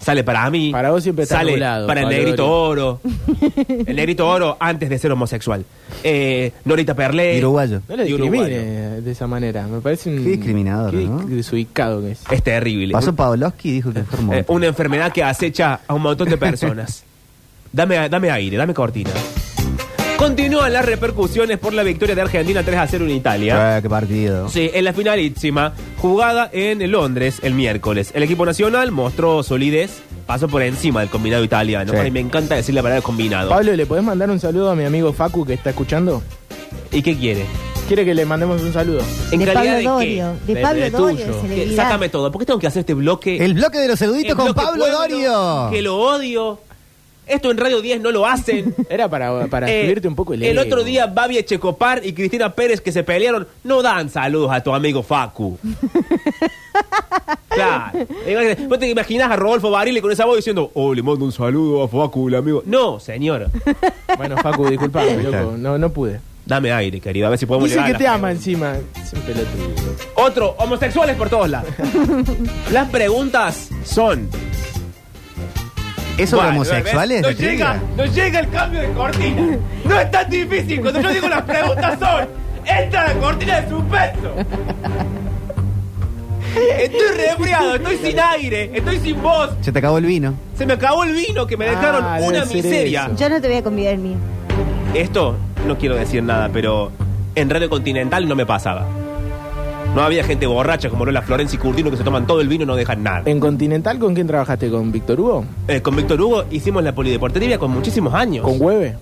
Sale para mí.
Para vos siempre está
Sale
nublado,
para el
Pablo
negrito
Dorio.
oro. El negrito oro antes de ser homosexual. Eh, Norita Perlé.
Y uruguayo.
No lo
Y uruguayo.
discrimine de esa manera. Me parece un.
Qué discriminador,
qué
¿no?
desubicado que es.
Es terrible.
Pasó Pavlovsky y dijo que fue
Eh,
hermoso.
una enfermedad que acecha a un montón de personas. dame, dame aire, dame cortina. Continúan las repercusiones por la victoria de Argentina 3 a 0 en Italia.
Ah, qué partido.
Sí, en la finalísima, jugada en Londres el miércoles. El equipo nacional mostró solidez, pasó por encima del combinado italiano.
Sí.
Ay, me encanta decir la palabra combinado.
Pablo, ¿le podés mandar un saludo a mi amigo Facu que está escuchando?
¿Y qué quiere?
¿Quiere que le mandemos un saludo?
¿En
De
calidad
Pablo
de qué?
Dorio, de Pablo Dorio, de
Que-
celebridad.
Sácame todo. ¿Por qué tengo que hacer este bloque?
El bloque de los saluditos
El
con
bloque
Pablo
pueblo,
Dorio.
Que lo odio. Esto en Radio 10 no lo hacen.
Era para, para
Eh,
subirte un poco el ego.
otro día Babi Checopar y Cristina Pérez que se pelearon no dan saludos a tu amigo Facu. claro. Imagínate, Vos te imaginás a Rodolfo Barile con esa voz diciendo, oh, le mando un saludo a Facu, el amigo. No, señora.
Bueno, Facu, disculpame, loco. No, no pude.
Dame aire, querido, a ver si podemos
Dice
llegar
que
a
te
las
ama
preguntas.
encima. Es un pelotudo.
Otro, homosexuales por todos lados. Las preguntas son...
¿Eso ¿eh? de
Bueno,
homosexuales?
¿ves?
¿te
No llega,
llega?
no llega el cambio de cortina. No es tan difícil. Cuando yo digo las preguntas son, esta es la cortina de suspenso. Estoy resfriado, estoy sin aire, estoy sin voz.
Se te acabó el vino.
Se me acabó el vino que me dejaron
Ah,
una
debe ser
miseria.
eso.
Yo no te voy a convidar el mío.
Esto no quiero decir nada, pero en Radio Continental no me pasaba. No había gente borracha como Lola Florencia y Curtino que se toman todo el vino y no dejan nada.
¿En Continental con quién trabajaste? ¿Con Víctor Hugo?
Eh, con Víctor Hugo hicimos la polideportiva con muchísimos años.
¿Con Hueve?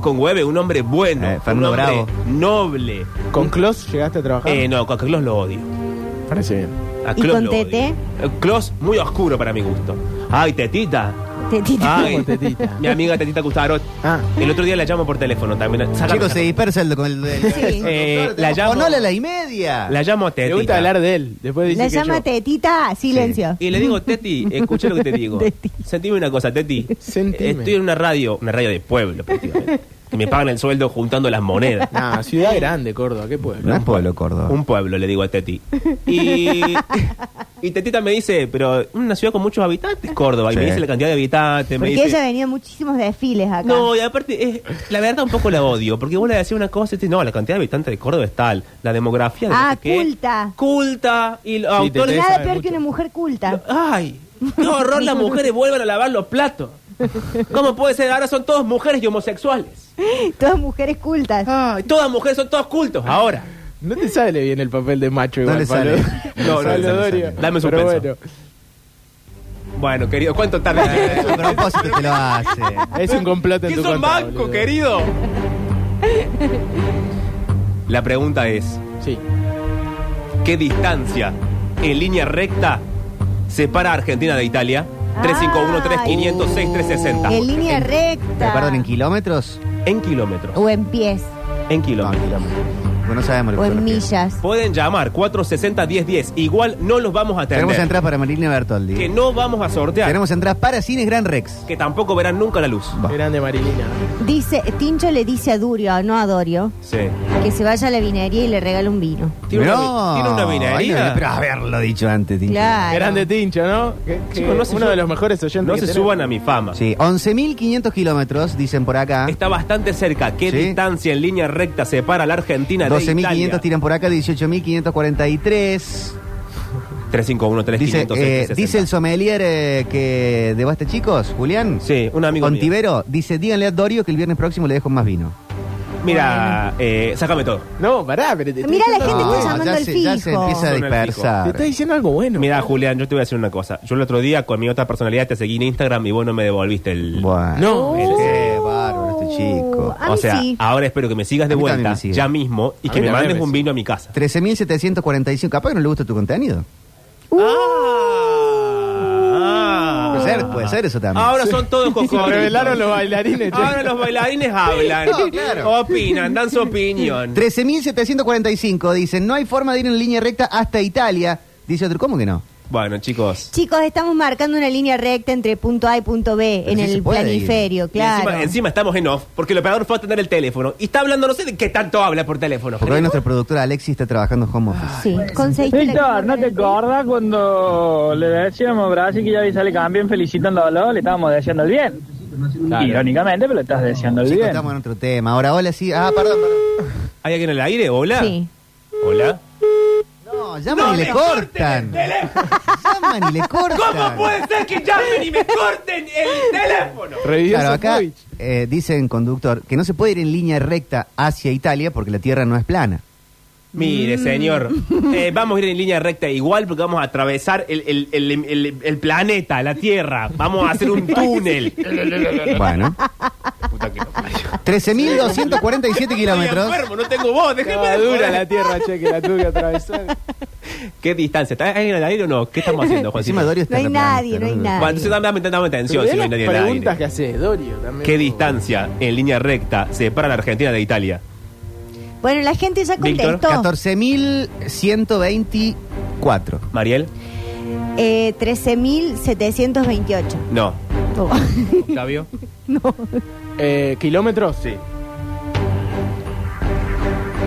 Con Hueve, un hombre bueno,
Eh, Fernando
un hombre
Bravo.
noble.
¿Con Klaus llegaste a trabajar?
Eh, no, con Klaus lo odio.
Parece bien.
A
¿Y
Klaus
con
lo odio.
Tete?
Eh, Klaus, muy oscuro para mi gusto. Ay, Tetita.
Tetita.
Ay,
¿Cómo Tetita?
Mi amiga Tetita Custarot.
Ah.
El otro día la llamo por teléfono también. Sácame,
Chicos, se
sácame.
dispersa el... Con el, el-
Sí.
Eh,
doctor,
la
tenemos
llamo-
Ponola a la y media.
La llamo a
Le gusta
Tetita.
hablar de él. Después dice
La
que
llama
yo.
Tetita, silencio.
Y le digo, Teti, escucha lo que te digo.
Teti.
Sentime una cosa, Teti.
Sentime.
Estoy en una radio, una radio de pueblo, prácticamente. Que me pagan el sueldo juntando las monedas.
Nah, ciudad grande, Córdoba, qué pueblo.
No es pueblo, Córdoba.
Un pueblo, le digo a Teti. Y, y Tetita me dice, pero una ciudad con muchos habitantes, Córdoba. Y
Sí.
me dice la cantidad de habitantes. Me
Porque
dice,
ella venía a muchísimos desfiles acá.
no, y aparte, es, la verdad un poco la odio, porque vos le decís una cosa y te- no, la cantidad de habitantes de Córdoba es tal, la demografía de no
Ah,
sé qué".
culta.
Culta, y los
Sí, te-
autores...
Ustedes
Nada
saben
peor que
mucho.
una mujer culta.
¡Ay! ¡Qué horror las mujeres vuelvan a lavar los platos! ¿Cómo puede ser? Ahora son todas mujeres y homosexuales.
Todas mujeres cultas.
¡Ay! Todas mujeres son todos cultos ahora.
No te sale bien el papel de macho
No
igual,
le
Pablo.
sale. No, no,
Pablo
no le
Dorio.
sale.
Dame
Pero
suspenso.
bueno,
Bueno, querido, ¿cuánto
Eh, A
tarde?
propósito te lo hace.
es un complot en
¿Qué
tu
son
contra,
banco,
boludo.
querido? La pregunta es,
Sí.
¿qué distancia en línea recta separa a Argentina de Italia? 351, 3500, 6360.
Ah. En línea
en,
¿Me
recta.
acuerdan en kilómetros?
en kilómetros.
O en pies.
En kilómetros.
Bueno, no sabemos lo
O
que son
en
los pies.
millas.
Pueden llamar 460-1010. Igual no los vamos a
Tenemos
atender.
entradas para Marilina Bertoldi.
Que no vamos a sortear.
Tenemos entradas para Cines Gran Rex.
Que tampoco verán nunca la luz.
Va.
Grande Marilina.
Dice, Tincho le dice a Durio, no a Dorio,
Sí.
que se vaya a la vinería y le regale un vino.
Tiene,
No.
una, tiene una
Ay, no,
minería.
pero haberlo dicho antes, Tincho.
Claro.
Grande Tincho, ¿no? Que- que
Chicos, no se
uno
sub-
de los mejores oyentes.
No
que
se
tenemos.
suban a mi fama.
Sí, 11.500 kilómetros, dicen por acá.
Está bastante cerca. ¿Qué
Sí.
distancia en línea recta separa a la Argentina de
12.500
Italia?
tiran por acá, 18.543.
351, 3500,
Dice, eh, dice el sommelier eh, que de Basta Chicos, Julián.
Sí, un amigo mío.
Contivero, dice, díganle a Dorio que el viernes próximo le dejo más vino.
Mira, eh, sácame todo.
No, pará, pero te estoy
Mirá la
diciendo-
gente,
No,
está llamando
Ah, ya,
al
se, ya se
fijo.
Son
empieza a
el fijo.
Te
dispersar.
está diciendo algo bueno.
Mira, Julián, yo te voy a decir una cosa. Yo el otro día con mi otra personalidad te seguí en Instagram y vos no me devolviste el.
Bueno.
Ah, No,
el-
Qué bárbaro este chico.
Oh. A mí
o sea,
sí.
ahora espero que me sigas de
A mí también
vuelta
me sigue.
ya mismo y
A
que
mí
me
también
mandes
me
un
sigue.
vino a mi casa.
13.745, capaz que no le gusta tu contenido.
Uh.
Ah.
Puede ser, puede ser eso también.
Ahora son todos cocoritos.
revelaron los bailarines. che.
Ahora los bailarines hablan,
No, claro.
opinan, dan su opinión.
13.745, dicen, no hay forma de ir en línea recta hasta Italia. Dice otro, ¿cómo que no?
Bueno, chicos.
Chicos, estamos marcando una línea recta entre punto A y punto B
Pero
en
sí se
el
puede
planiferio,
Y
claro.
Encima, encima estamos en off, porque el operador fue a atender el teléfono. Y está hablando, no sé de qué tanto habla por teléfono.
Porque hoy nuestra productora Alexis está trabajando home office.
Sí, conseguiste la
Víctor,
línea
¿no te
recta.
acordás cuando le decíamos a Brasil que ya sale campeón felicitándolo? Le estábamos deseando el bien. Irónicamente, pero le estás deseando el
Chicos,
Ah, bien.
estamos en otro tema. Ahora, hola, sí. Ah, perdón, perdón.
¿Hay alguien en el aire? ¿Hola?
Sí.
¿Hola?
No, No, llaman y le cortan. Llaman y le cortan.
ser que llamen y me corten el teléfono?
Revivió
Claro, acá
Sofovich.
eh, dicen conductor que no se puede ir en línea recta hacia Italia porque la tierra no es plana.
Mire, señor, eh, vamos a ir en línea recta igual porque vamos a atravesar el, el- el- el- el planeta, la Tierra. Vamos a hacer un túnel.
Bueno. 13.247 kilómetros.
Estoy enfermo, no tengo voz, déjeme
Estaba
de
dura
joder.
la tierra, che, que la tuve que atravesar.
¿Qué distancia? ¿Está ahí en el aire o no? ¿Qué estamos haciendo, Juan?
Encima Dorio está
No hay
replanista,
nadie, no hay nadie.
Bueno, entonces dame, dame- dame atención si no hay nadie en el aire.
preguntas que haces, Dorio. También
¿Qué distancia en línea recta separa a la Argentina de Italia?
Bueno, la gente ya
Víctor,
contestó.
14.124.
¿Mariel?
Eh, 13.728.
No.
Oh.
¿Octavio?
Eh, ¿Kilómetros? Sí.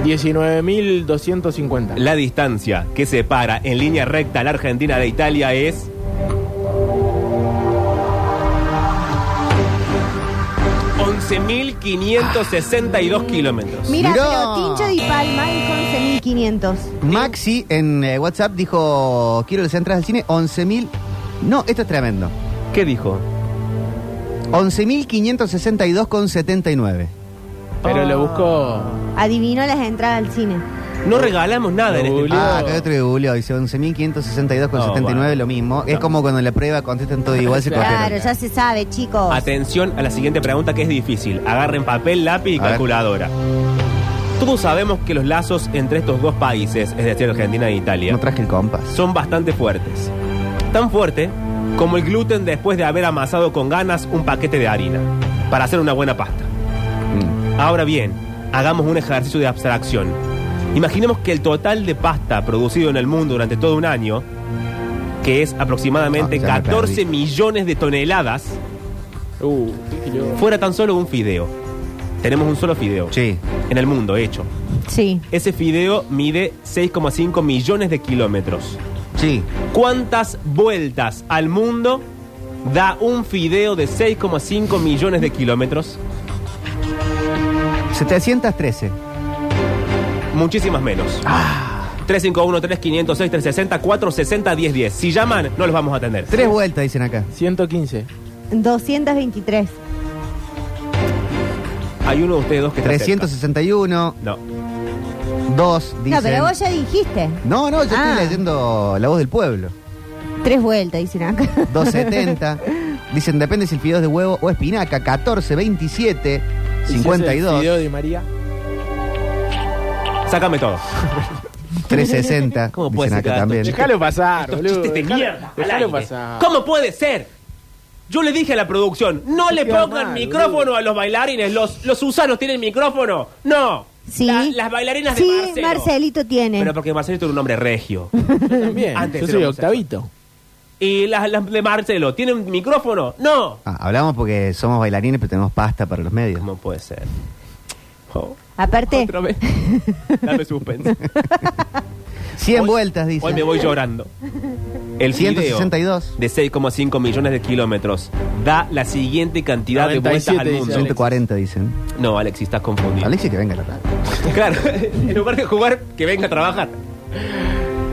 19.250.
La distancia que separa en línea recta a la Argentina de Italia es. ...11.562 kilómetros.
Mira,
Mirá.
pero Tincho Di Palma dijo 11.500.
Maxi en eh, WhatsApp dijo, quiero las entradas al cine, 11.000... No, esto es tremendo.
¿Qué dijo?
11.562,79.
Pero lo busco.
Ah.
Adivinó las entradas al cine.
No regalamos nada en este
Julio.
Ah, acá hay otro de Julio, dice 11.562,79,
No, bueno.
lo mismo. Es como cuando en la prueba contestan todo igual, se
Claro,
copiaron.
ya se sabe, chicos.
Atención a la siguiente pregunta que es difícil. Agarren papel, lápiz y
A ver.
calculadora. Todos sabemos que los lazos entre estos dos países, es decir, Argentina e Italia,
No traje el compás.
son bastante fuertes. Tan fuerte como el gluten después de haber amasado con ganas un paquete de harina para hacer una buena pasta.
Mm.
Ahora bien, hagamos un ejercicio de abstracción. Imaginemos que el total de pasta producido en el mundo durante todo un año, que es aproximadamente
Ah, ya me
14
perdí.
millones de toneladas,
Uh, yo-
fuera tan solo un fideo. Tenemos un solo fideo
Sí.
en el mundo hecho.
Sí.
Ese fideo mide 6,5 millones de kilómetros.
Sí.
¿Cuántas vueltas al mundo da un fideo de 6,5 millones de kilómetros?
713.
Muchísimas menos. 351, 3506, 360, 460, 1010. Si llaman, no los vamos a atender.
Tres vueltas, dicen acá.
115.
223.
Hay uno de ustedes dos que está cerca.
361,
No.
2, dicen.
No, pero vos ya dijiste.
No, no, yo
Ah.
estoy leyendo La Voz del Pueblo.
Tres vueltas, dicen acá.
270. Dicen, depende si el fideo es de huevo o espinaca. 14, 27,
¿Y si es el
52,
video de María.
Sácame todo.
360.
¿Cómo puede
dicen
ser
acá
cada
también.
tanto?
Déjalo pasar,
Estos
boludo.
chistes de
Déjalo-
mierda al
déjalo
aire.
pasar.
¿Cómo puede ser? Yo le dije a la producción, no le
queda
pongan
mal,
micrófono
boludo.
a los bailarines. Los, los usanos tienen micrófono. No.
Sí.
La- las bailarinas
sí,
de Marcelo.
Marcelito tiene.
Pero porque Marcelito era un hombre regio.
Yo también.
Antes
yo
era
soy
homosexual.
octavito.
¿Y las, las de Marcelo tienen micrófono? No.
Ah, hablamos porque somos bailarines, pero tenemos pasta para los medios.
¿Cómo puede ser? Oh,
Aparte,
otra vez. Dame suspenso.
100
Hoy-
vueltas, dicen.
Hoy me voy llorando. El fideo
162.
de 6,5 millones de kilómetros da la siguiente cantidad de
97
vueltas al mundo.
140, dicen.
No, Alex, estás confundido.
Alexis, que venga a la radio.
Claro, en lugar de jugar, que venga a trabajar.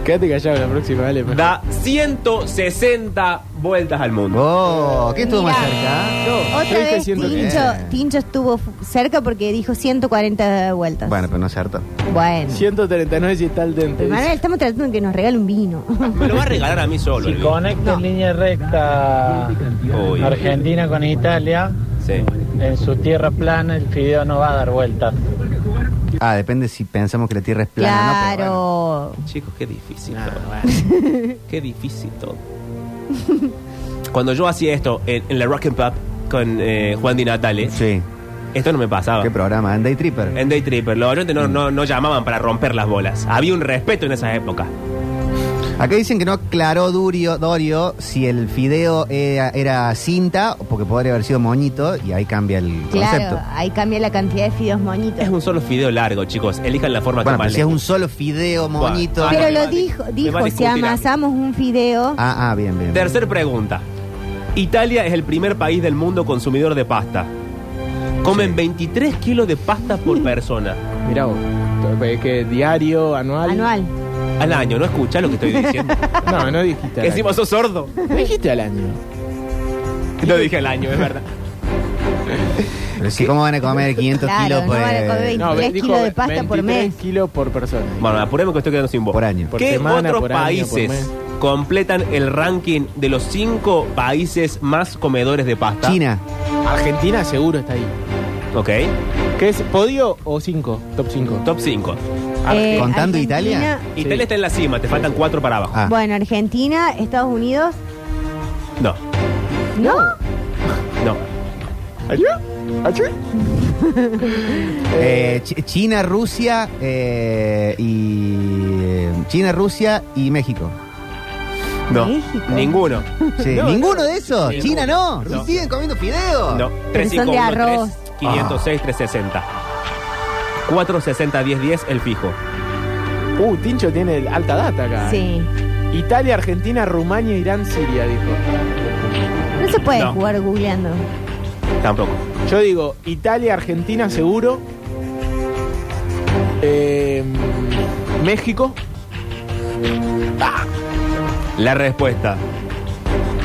Quédate callado la próxima, dale. pues.
Da
pa.
160 vueltas al mundo.
¡Oh! ¿Quién estuvo más
Mirá.
cerca?
Yo, yo
otra
dije
vez
115.
Eh.
Tincho, Tincho estuvo fu- cerca porque dijo 140 vueltas.
Bueno, pero no es cierto.
Bueno.
139 si está el dente.
Manuel, estamos tratando de que nos regale un vino.
Me lo va a regalar a mí solo.
Si
el-
conecta en línea recta
Uy,
Argentina con Italia,
sí.
en su tierra plana el fideo no va a dar vueltas.
Ah, depende si pensamos que la Tierra es plana.
claro.
¿no?
Chicos, qué difícil todo. ¿eh? qué difícil todo. Cuando yo hacía esto en, en la Rock and Pop con eh, Juan Di Natale,
Pero bueno. Sí.
esto no me pasaba.
¿Qué Mm. programa? Anday Tripper.
En Day Tripper, los oyentes no, no, no llamaban para romper las bolas. Había un respeto en esas épocas.
Acá dicen que no aclaró Durio, Dorio si el fideo era, era cinta, porque podría haber sido moñito, y ahí cambia el
Claro,
concepto.
ahí cambia la cantidad de fideos moñitos.
Es un solo fideo largo, chicos. Elijan la forma que
Bueno, pero
más
si es
les
un solo fideo moñito.
Bueno.
Pero
Ah, me va
lo
a di-
dijo,
me va a
dijo, si
discutir a mí.
amasamos un fideo,
Ah, ah, bien, bien.
Tercer pregunta. Italia es el primer país del mundo consumidor de pasta. Comen 23 kilos de pasta por persona.
Mirá vos. Que Pues diario, anual.
anual.
Al año, ¿no escuchas lo que estoy diciendo?
No, no dijiste al
Que encima
año.
sos sordo.
No dijiste al año.
Lo dije al año, es verdad.
Pero si, ¿Cómo van a comer 500
Claro,
kilos
no
pues? por,
van a comer
No,
23
ve- dijo
kilos de pasta por
23
mes.
kilos por persona.
Bueno, apuremos que estoy quedando sin voz.
por año?
Por
¿Qué
semana,
otros
por año,
países
por mes?
completan el ranking de los cinco países más comedores de pasta?
China.
Argentina seguro está ahí.
Ok.
¿Qué es? ¿Podio o 5? Top 5.
Top 5.
Eh,
¿Contando
Argentina-
Italia?
Ah, Italia está en la cima, te faltan cuatro para abajo.
Ah.
Bueno, Argentina, Estados Unidos.
No,
¿No?
no.
Eh, Chi- China, Rusia eh, y eh, China, Rusia y México.
No.
México.
Ninguno.
Sí,
No,
ninguno de esos.
Ninguno.
China no.
No.
Siguen comiendo fideos.
No.
Pero son de
351,
arroz.
3, 506, 360. 460, 10, 10, el fijo.
Uh, Tincho tiene alta data acá. ¿eh?
Sí.
Italia, Argentina, Rumania, Irán, Siria, dijo.
No se puede
No.
jugar googleando.
Tampoco.
Yo digo, Italia, Argentina seguro. Eh, México.
La respuesta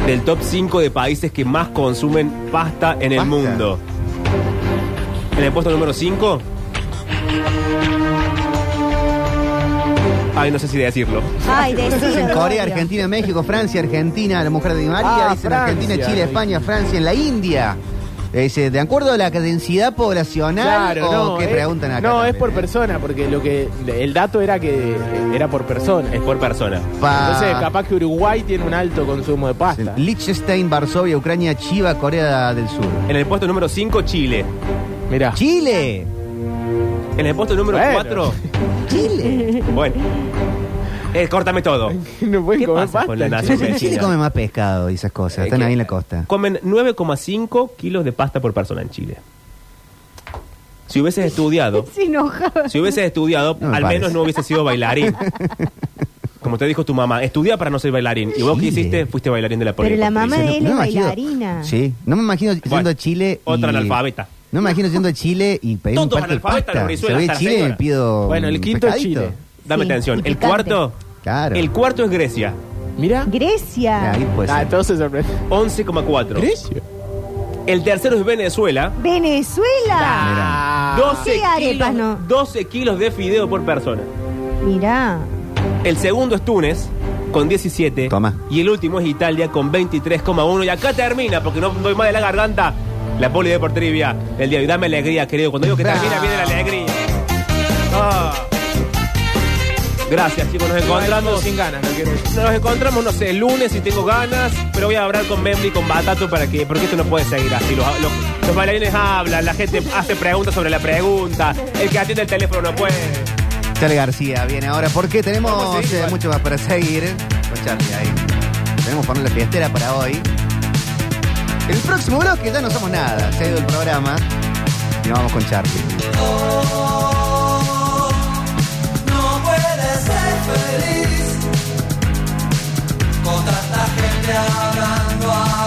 del top 5 de países que más consumen pasta en el
Pasta.
mundo. En el puesto número 5. Ay, no sé si decirlo.
Ay, decilo,
En Corea,
Rodrigo.
Argentina, México, Francia, Argentina, la mujer de Di María,
Ah,
dicen
Francia.
Argentina, Chile, España, Francia, en la India. Eh, Dice, de acuerdo a la densidad poblacional o oh, qué
es-
preguntan acá.
No, es
también,
por
eh?
persona, porque lo que el dato era que era por persona.
Es por persona.
Pa-
Entonces, capaz que Uruguay tiene un alto consumo de pasta.
Liechtenstein, Varsovia, Ucrania, Chiva, Corea del Sur.
En el puesto número 5, Chile.
Mirá.
Chile.
En el puesto número
Bueno.
4.
Chile.
Bueno. Eh, córtame todo.
no pueden
¿Qué
comer
pasa
pasta.
con la nación?
che.
Chile,
Chile.
come más pescado y esas cosas. Están
Eh,
ahí
que-
en la costa.
Comen 9,5 kilos de pasta por persona en Chile. Si hubieses estudiado,
Se enojaba.
si hubieses estudiado,
No me
al menos
parece.
no hubieses sido bailarín. Como te dijo tu mamá, estudia para no ser bailarín. ¿Y vos qué
Chile.
hiciste? Fuiste bailarín de la
Pero
política.
la mamá de él
me
es
imagino-
bailarina.
Sí, no me imagino yendo
Bueno,
a Chile. y-
otra analfabeta.
No me imagino yendo a Chile y pedir un
Todos
plato de
analfabetas,
pasta. Si
Brizuela,
voy a
hasta la
Chile
señora.
me pido
Bueno, el
un
quinto es
pescadito.
Chile.
Dame
Sí,
atención.
y
El
picante.
cuarto,
Claro.
el cuarto es Grecia.
Mirá.
Grecia.
Ahí puede
Ah,
ser.
entonces sorprende.
11,4.
¿Grecia?
El tercero es Venezuela.
Venezuela.
Ah.
12
Sí, arepas,
kilos,
no.
12 kilos de fideo por persona.
Mirá.
El segundo es Túnez con 17.
Toma.
Y el último es Italia con 23,1. Y acá termina, porque no doy más de la garganta. La poli de por trivia el día de hoy. Dame alegría, querido. Cuando digo que termina, viene la alegría. Ah. Gracias, chicos. Nos encontramos.
sin ganas. no quiero decir.
Nos encontramos, no sé, el lunes si tengo ganas, pero voy a hablar con Membri y con Batato para que, porque esto no puede seguir así. Los, los- los bailarines hablan, la gente hace preguntas sobre la pregunta, el que atiende el teléfono no puede.
Charlie García viene ahora porque
Vamos a
tenemos
seguir,
eh,
igual.
mucho más para seguir con Charlie ahí. Tenemos que poner la fiestera para hoy. El próximo bloque ya no somos nada. Se ha ido el programa y nos vamos con Charlie.
No puedes ser feliz con tanta gente hablando a